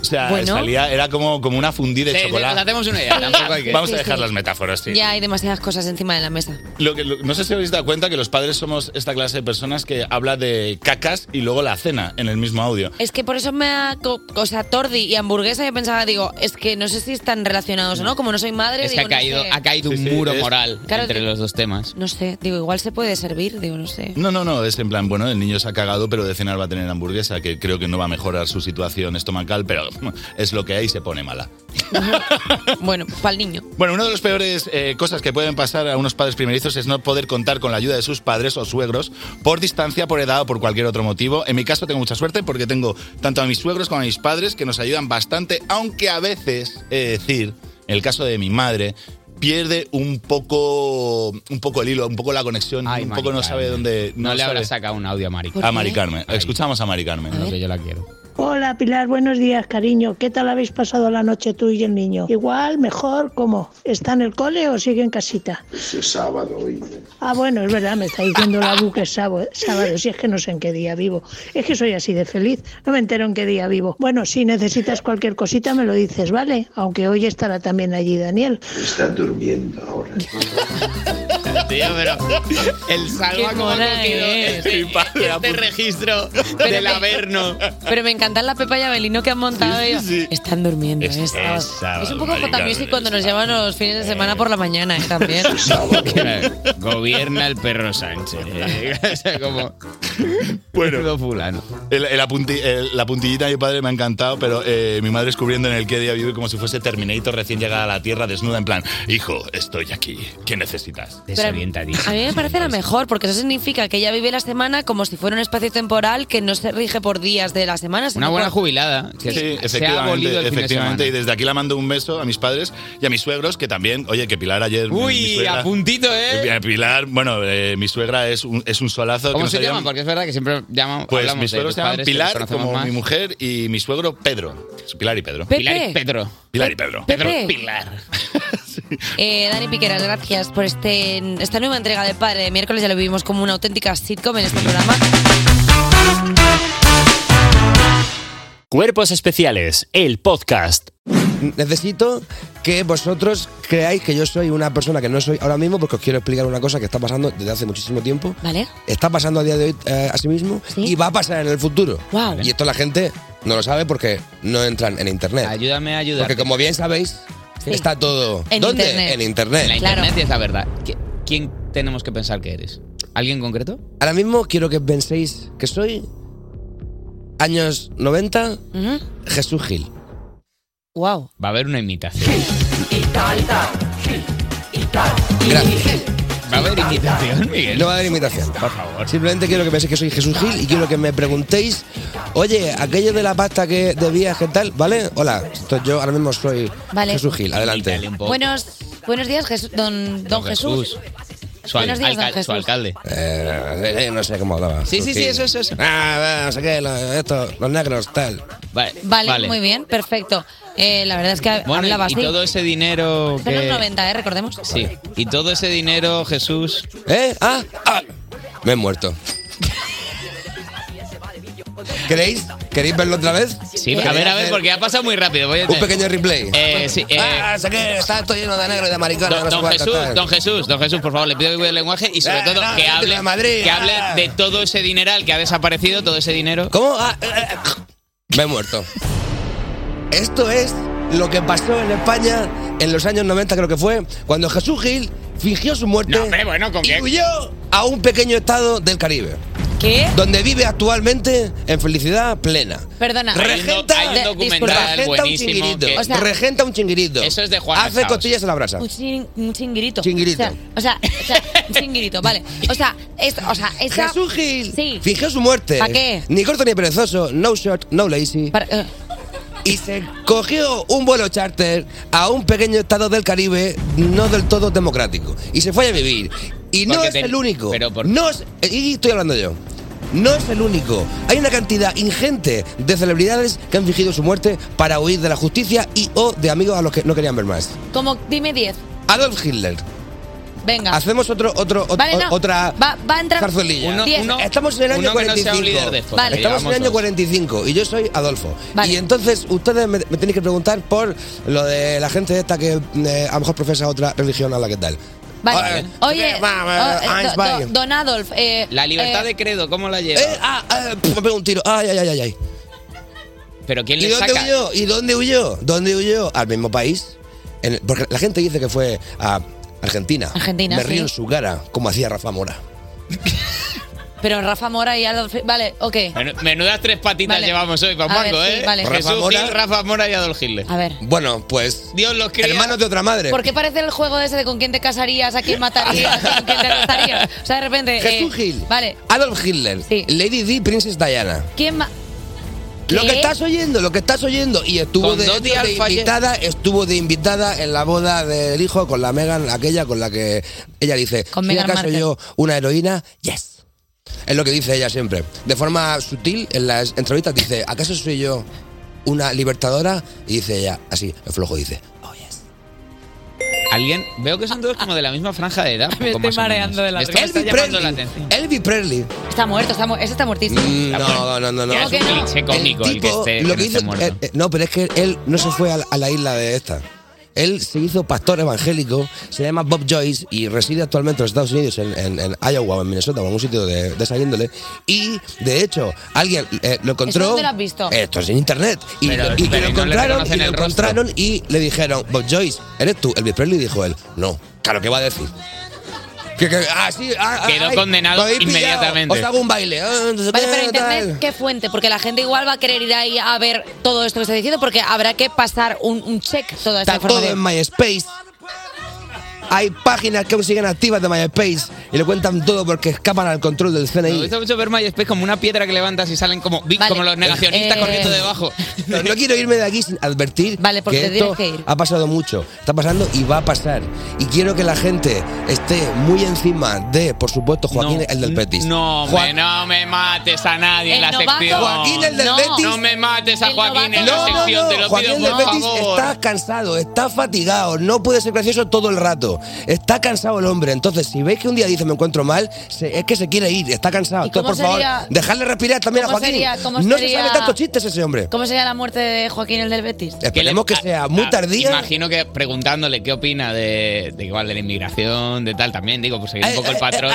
Speaker 9: O sea,
Speaker 2: Bueno.
Speaker 9: salía, era como, como una fundida de
Speaker 3: Sí, sí,
Speaker 9: chocolate.
Speaker 3: nos hacemos una idea, tampoco hay que-
Speaker 9: Vamos a
Speaker 3: Sí,
Speaker 9: dejar
Speaker 3: sí.
Speaker 9: las metáforas, sí.
Speaker 2: Ya hay demasiadas cosas encima de la mesa.
Speaker 9: Lo que, lo- no sé si habéis dado cuenta que los padres somos esta clase de personas que habla de cacas y luego la cena en el mismo audio.
Speaker 2: Es que por eso me ha... co- O sea, tordi y hamburguesa, yo pensaba, digo, es que no sé si están relacionados o no. Como no soy madre,
Speaker 12: Es que
Speaker 2: digo,
Speaker 12: ha caído,
Speaker 2: no sé.
Speaker 12: ha caído un muro moral
Speaker 2: Claro,
Speaker 12: entre
Speaker 2: di-
Speaker 12: los dos temas.
Speaker 2: No sé, digo, igual se puede servir, digo, no sé.
Speaker 9: No, no, no, es en plan, bueno, el niño se ha cagado, pero de cenar va a tener hamburguesa, que creo que no va a mejorar su situación estomacal, pero es lo que hay y se pone mala.
Speaker 2: bueno, para el niño.
Speaker 9: Bueno, una de las peores eh, cosas que pueden pasar a unos padres primerizos es no poder contar con la ayuda de sus padres o suegros por distancia, por edad o por cualquier otro motivo. En mi caso tengo mucha suerte porque tengo tanto a mis suegros como a mis padres que nos ayudan bastante, aunque a veces, he de decir, en el caso de mi madre, pierde un poco, un poco el hilo, un poco la conexión, un
Speaker 12: Mari
Speaker 9: poco eh, no sabe
Speaker 12: Carmen.
Speaker 9: dónde...
Speaker 12: No le
Speaker 9: sabe.
Speaker 12: habrá sacado un audio a Mari.
Speaker 9: A Mari Carmen. Escuchamos a Mari Carmen. ¿eh?
Speaker 12: No, que yo la quiero.
Speaker 21: Hola Pilar, buenos días cariño. ¿Qué tal habéis pasado la noche tú y el niño? Igual, mejor, ¿cómo? ¿Está en el cole o sigue en casita?
Speaker 22: Es sábado hoy. ¿eh?
Speaker 21: Ah, bueno, es verdad, me está diciendo la bu que es sábado, sábado, si es que no sé en qué día vivo. Es que soy así de feliz, no me entero en qué día vivo. Bueno, si necesitas cualquier cosita me lo dices, ¿vale? Aunque hoy estará también allí Daniel.
Speaker 22: Está durmiendo ahora.
Speaker 3: Tío, pero el salva
Speaker 2: Qué
Speaker 3: como ha
Speaker 2: mona
Speaker 3: cogido
Speaker 2: es.
Speaker 3: este, este registro del Averno.
Speaker 2: Pero me encantan la Pepa y Abelino que han montado ellos. Están durmiendo. Es, sábado.
Speaker 3: es sábado,
Speaker 2: Es un poco
Speaker 3: Mari
Speaker 2: J Music
Speaker 3: Carmen,
Speaker 2: cuando nos llevan los fines de semana por la mañana, ¿eh? También.
Speaker 12: Gobierna el perro Sánchez. ¿eh? O sea, como.
Speaker 9: Bueno, El- el apunti- el- la puntillita de mi padre me ha encantado, pero eh, mi madre descubriendo en el que día vive como si fuese Terminator recién llegada a la Tierra desnuda, en plan, hijo, estoy aquí, ¿qué necesitas?
Speaker 2: Pero A mí me parece la mejor, porque eso significa que ella vive la semana como si fuera un espacio temporal que no se rige por días de la semana. sino
Speaker 12: Una buena
Speaker 2: por-
Speaker 12: jubilada.
Speaker 9: Sí,
Speaker 12: que
Speaker 9: efectivamente,
Speaker 12: se ha abolido el fin de
Speaker 9: efectivamente,
Speaker 12: semana.
Speaker 9: y desde aquí la mando un beso a mis padres y a mis suegros, que también, oye, que Pilar ayer... mi-
Speaker 12: Uy,
Speaker 9: mi suegra-
Speaker 12: a puntito, ¿eh?
Speaker 9: Eh, Pilar, bueno, eh, mi suegra es un, es un solazo. que
Speaker 12: ¿Cómo
Speaker 9: nos
Speaker 12: se
Speaker 9: ayuda-
Speaker 12: llaman? Porque es verdad que siempre llaman.
Speaker 9: Pues
Speaker 12: hablamos
Speaker 9: mis
Speaker 12: de
Speaker 9: suegros
Speaker 12: los
Speaker 9: se llaman
Speaker 12: padres, que los
Speaker 9: Pilar,
Speaker 12: conocemos
Speaker 9: como
Speaker 12: más.
Speaker 9: mi mujer, y mi suegro Pedro. Pilar y Pedro.
Speaker 2: Pepe. Pilar y
Speaker 12: Pedro.
Speaker 9: Pilar y Pedro.
Speaker 2: Pepe. Pedro
Speaker 12: Pilar.
Speaker 2: Eh, Dani Piqueras, gracias por este, esta nueva entrega de Padre de Miércoles. Ya lo vivimos como una auténtica sitcom en este programa.
Speaker 1: Cuerpos Especiales, el podcast.
Speaker 23: Necesito que vosotros creáis que yo soy una persona que no soy ahora mismo porque os quiero explicar una cosa que está pasando desde hace muchísimo tiempo.
Speaker 2: ¿Vale?
Speaker 23: Está pasando a día de hoy eh, a sí mismo y va a pasar en el futuro. Y esto la gente no lo sabe porque no entran en internet.
Speaker 12: Ayúdame a ayudar.
Speaker 23: Porque como bien sabéis, está todo...
Speaker 12: En
Speaker 23: ¿Dónde?
Speaker 12: internet.
Speaker 23: En internet.
Speaker 12: En la internet y es la verdad. ¿Qui- ¿Quién tenemos que pensar que eres? ¿Alguien concreto?
Speaker 23: Ahora mismo quiero que penséis que soy años 90, Jesús Gil.
Speaker 2: Wow.
Speaker 12: Va a haber una imitación.
Speaker 23: Gracias.
Speaker 12: ¿Va a haber imitación, Miguel?
Speaker 23: No va a haber imitación. Por favor. Simplemente quiero que penséis que soy Jesús Gil y quiero que me preguntéis, oye, aquello de la pasta que debías, ¿qué tal? ¿Vale? Hola, esto- yo ahora mismo soy
Speaker 2: Vale.
Speaker 23: Jesús Gil. Adelante.
Speaker 2: Buenos, buenos días, Jesús- don, don Jesús.
Speaker 23: Su,
Speaker 2: Buenos días, don Jesús.
Speaker 12: alcalde.
Speaker 23: Eh, eh, no sé cómo hablaba.
Speaker 2: Sí, sí,
Speaker 23: Jesús
Speaker 2: sí,
Speaker 23: Gil.
Speaker 2: eso, eso, eso.
Speaker 23: Ah, va, no sé qué, lo- esto, los negros, tal.
Speaker 12: Vale,
Speaker 2: Vale, muy bien, perfecto. Eh, la verdad es que
Speaker 12: Bueno,
Speaker 2: hablaba
Speaker 12: y-
Speaker 2: así.
Speaker 12: y todo ese dinero
Speaker 2: Son los
Speaker 12: que...
Speaker 2: 90, ¿eh? Recordemos.
Speaker 12: Sí. Y todo ese dinero, Jesús...
Speaker 23: ¿Eh? Ah, ah. Me he muerto. ¿Queréis? ¿Queréis verlo otra vez?
Speaker 12: Sí, a ver, a ver, porque ha pasado muy rápido. Voy a
Speaker 23: Eh, Un pequeño replay.
Speaker 12: Eh, sí, eh,
Speaker 23: Ah, sé qué, está todo lleno de negro y de maricones.
Speaker 12: Don,
Speaker 23: no sé
Speaker 12: don
Speaker 23: cuánto,
Speaker 12: Jesús,
Speaker 23: tal.
Speaker 12: don Jesús, don Jesús, por favor, le pido que cuide el lenguaje y sobre
Speaker 23: Eh,
Speaker 12: todo
Speaker 23: no,
Speaker 12: que,
Speaker 23: vete
Speaker 12: hable,
Speaker 23: a Madrid,
Speaker 12: que hable
Speaker 23: ah.
Speaker 12: de todo ese dineral que ha desaparecido, todo ese dinero.
Speaker 23: ¿Cómo? Ah, eh. Me he muerto. Esto es lo que pasó en España en los años 90, creo que fue, cuando Jesús Gil fingió su muerte y huyó a un pequeño estado del Caribe.
Speaker 2: ¿Qué?
Speaker 23: Donde vive actualmente en felicidad plena.
Speaker 2: Perdona.
Speaker 23: Regenta,
Speaker 2: Hay un
Speaker 23: de-
Speaker 2: documental
Speaker 23: disculpa. regenta
Speaker 2: buenísimo
Speaker 23: un chinguirito.
Speaker 2: que- O sea-
Speaker 23: regenta un chinguirito. Eso
Speaker 12: es de Juan
Speaker 23: Hace
Speaker 12: Casaos.
Speaker 23: costillas en la brasa.
Speaker 2: Un, chin- un chinguirito.
Speaker 23: Chinguirito.
Speaker 2: O sea, o sea, o sea, un chinguirito, vale. O sea, es, o sea esa...
Speaker 23: Jesús Gil.
Speaker 2: Sí.
Speaker 23: Fingió su muerte.
Speaker 2: ¿Para qué? eh.
Speaker 23: Ni corto ni perezoso, no short, no lazy. Y se cogió un vuelo charter a un pequeño estado del Caribe no del todo democrático. Y se fue a vivir. Y no
Speaker 12: Porque
Speaker 23: es
Speaker 12: ten-
Speaker 23: el único. No es- eh, y estoy hablando yo. No es el único. Hay una cantidad ingente de celebridades que han fingido su muerte para huir de la justicia y o de amigos a los que no querían ver más.
Speaker 2: Como, dime 10.
Speaker 23: Adolf Hitler.
Speaker 2: Venga.
Speaker 23: Hacemos otro, otro, ot-
Speaker 2: Vale, no.
Speaker 23: otra
Speaker 2: Va, va a entrar.
Speaker 23: zarzuelilla.
Speaker 2: Uno- Diez. uno-
Speaker 23: Estamos en el año
Speaker 2: uno que no
Speaker 23: 45.
Speaker 2: sea un líder de estos, Vale. que
Speaker 23: Estamos en el
Speaker 2: llevamos
Speaker 23: año
Speaker 2: dos.
Speaker 23: 45 y yo soy Adolfo. Y entonces ustedes me, me tenéis que preguntar por lo de la gente esta que eh, a lo mejor profesa otra religión a la que tal. Ah, eh,
Speaker 2: Vale. Oye,
Speaker 23: va, va,
Speaker 2: o- eh, do-
Speaker 23: Einstein.
Speaker 2: do- Don Adolf. eh,
Speaker 3: La libertad
Speaker 2: eh,
Speaker 3: de credo, ¿cómo la lleva?
Speaker 23: Eh, ah, ah, pf, me pego un tiro. Ay, ay, ay, ay, ay.
Speaker 3: ¿Pero quién
Speaker 23: ¿Y
Speaker 3: le
Speaker 23: dónde
Speaker 3: saca?
Speaker 23: huyó? ¿Y dónde huyó? ¿Dónde huyó? Al mismo país. En- porque la gente dice que fue a Argentina.
Speaker 2: Argentina,
Speaker 23: Me
Speaker 2: sí.
Speaker 23: río en su cara, como hacía Rafa Mora.
Speaker 2: Pero Rafa Mora y Adolf. Vale, ok.
Speaker 3: Menu- Menudas tres patitas
Speaker 2: Vale.
Speaker 3: llevamos hoy,
Speaker 2: A ver,
Speaker 3: Papango,
Speaker 2: sí,
Speaker 3: ¿eh?
Speaker 2: vale. Rafa
Speaker 3: Jesús
Speaker 23: Mora.
Speaker 3: Gil, Rafa Mora y Adolf Hitler.
Speaker 2: A ver.
Speaker 23: Bueno, pues.
Speaker 3: Dios los cría.
Speaker 23: Hermanos de otra madre.
Speaker 2: ¿Por qué parece el juego ese de con quién te casarías, a quién matarías, con quién te arrestarías? O sea, de repente.
Speaker 23: Jesús
Speaker 2: eh,
Speaker 23: Gil.
Speaker 2: Vale.
Speaker 23: Adolf Hitler. Lady Di, Princess Diana.
Speaker 2: ¿Quién ma-
Speaker 23: Lo
Speaker 2: ¿Qué?
Speaker 23: que estás oyendo, lo que estás oyendo. Y estuvo
Speaker 3: Con
Speaker 23: de,
Speaker 3: dos días
Speaker 23: de
Speaker 3: falle-
Speaker 23: invitada, estuvo de invitada en la boda del hijo con la Megan, aquella con la que ella dice,
Speaker 2: Con
Speaker 23: ¿soy
Speaker 2: Meghan
Speaker 23: acaso
Speaker 2: Markle.
Speaker 23: yo una heroína? Yes. Es lo que dice ella siempre. De forma sutil, en las entrevistas dice, ¿acaso soy yo una libertadora? Y dice ella, así, el flojo dice,
Speaker 3: Alguien, veo que son todos como de la misma franja de edad.
Speaker 2: Me
Speaker 3: poco
Speaker 2: estoy
Speaker 3: más o
Speaker 2: mareando
Speaker 3: menos.
Speaker 2: de la
Speaker 3: Esto me
Speaker 2: risa.
Speaker 3: está
Speaker 2: Elvis
Speaker 3: llamando la
Speaker 23: Presley.
Speaker 3: atención.
Speaker 23: Elvis Presley.
Speaker 2: Está muerto, está mu- ese está muertísimo.
Speaker 23: Mm, No, no, no, no.
Speaker 2: Ya es un ¿Cómo que no?
Speaker 3: cliché cómico el que esté- que no esté muerto.
Speaker 23: eh, eh, no, pero es que él no se fue a la, a la isla de esta. Él se hizo pastor evangélico, se llama Bob Joyce y reside actualmente en los Estados Unidos, en, en- en Iowa o en Minnesota o en algún sitio de, de esa índole. Y, de hecho, alguien eh, lo encontró.
Speaker 2: ¿Eso dónde lo has visto?
Speaker 23: Esto es en internet. Y,
Speaker 3: Pero-
Speaker 23: lo- y que
Speaker 3: pero
Speaker 23: lo
Speaker 3: no le
Speaker 23: encontraron,
Speaker 3: reconocen
Speaker 23: y, lo
Speaker 3: el rostro.
Speaker 23: encontraron y le dijeron, Bob Joyce, ¿eres tú? Elvis Presley dijo él, no. Claro, ¿qué va a decir? Que, que- ah, sí, ah, ah,
Speaker 3: Quedó
Speaker 23: ay,
Speaker 3: condenado
Speaker 23: lo habéis pillado,
Speaker 3: inmediatamente.
Speaker 23: Os hago un baile. ah, no sé
Speaker 2: Vale, pero
Speaker 23: qué, tal.
Speaker 2: internet, ¿qué fuente? Porque la gente igual va a querer ir ahí a ver todo esto que está diciendo, porque habrá que pasar un, un check toda esta
Speaker 23: Está todo en
Speaker 2: información.
Speaker 23: MySpace. Hay páginas que aún siguen activas de MySpace y lo cuentan todo porque escapan al control del
Speaker 3: Me
Speaker 23: CNI.
Speaker 3: gusta mucho ver MySpace como una piedra que levantas y salen como, vi- como los negacionistas
Speaker 23: Eh.
Speaker 3: corriendo debajo.
Speaker 23: Pero no quiero irme de aquí sin advertir
Speaker 3: porque
Speaker 23: que
Speaker 3: te tienes
Speaker 23: esto
Speaker 3: que ir.
Speaker 23: ha pasado mucho. Está pasando y va a pasar. Y quiero que la gente esté muy encima de, por supuesto, Joaquín, el del Betis.
Speaker 3: No,
Speaker 23: Joa-
Speaker 3: me, no me mates a nadie en
Speaker 23: El
Speaker 3: la
Speaker 23: novato.
Speaker 3: sección.
Speaker 23: Joaquín, el del
Speaker 3: no,
Speaker 23: Betis.
Speaker 3: No me mates a Joaquín en la
Speaker 23: no, no,
Speaker 3: sección,
Speaker 23: no.
Speaker 3: te lo
Speaker 23: Joaquín
Speaker 3: pido
Speaker 23: del
Speaker 3: por
Speaker 23: Betis
Speaker 3: favor.
Speaker 23: está cansado, está fatigado, no puede ser gracioso todo el rato. Está cansado el hombre. Entonces, si veis que un día dice me encuentro mal, se- es que se quiere ir, está cansado. Entonces,
Speaker 2: cómo
Speaker 23: por favor,
Speaker 2: sería-
Speaker 23: dejarle respirar también a
Speaker 2: cómo
Speaker 23: Joaquín.
Speaker 2: sería- cómo
Speaker 23: no
Speaker 2: sería-
Speaker 23: se sabe tantos chistes ese hombre.
Speaker 2: ¿Cómo sería la muerte de Joaquín el del Betis?
Speaker 23: Esperemos que sea muy
Speaker 3: Ah,
Speaker 23: tardía.
Speaker 3: Imagino que preguntándole qué opina de, de igual de la inmigración, de tal también, digo, por
Speaker 23: Eh,
Speaker 3: seguir un poco el patrón.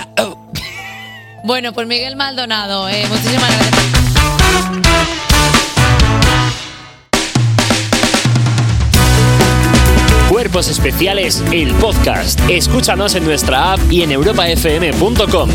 Speaker 2: Bueno, pues Miguel Maldonado, eh, muchísimas gracias.
Speaker 1: Cuerpos Especiales, el podcast. Escúchanos en nuestra app y en europafm.com.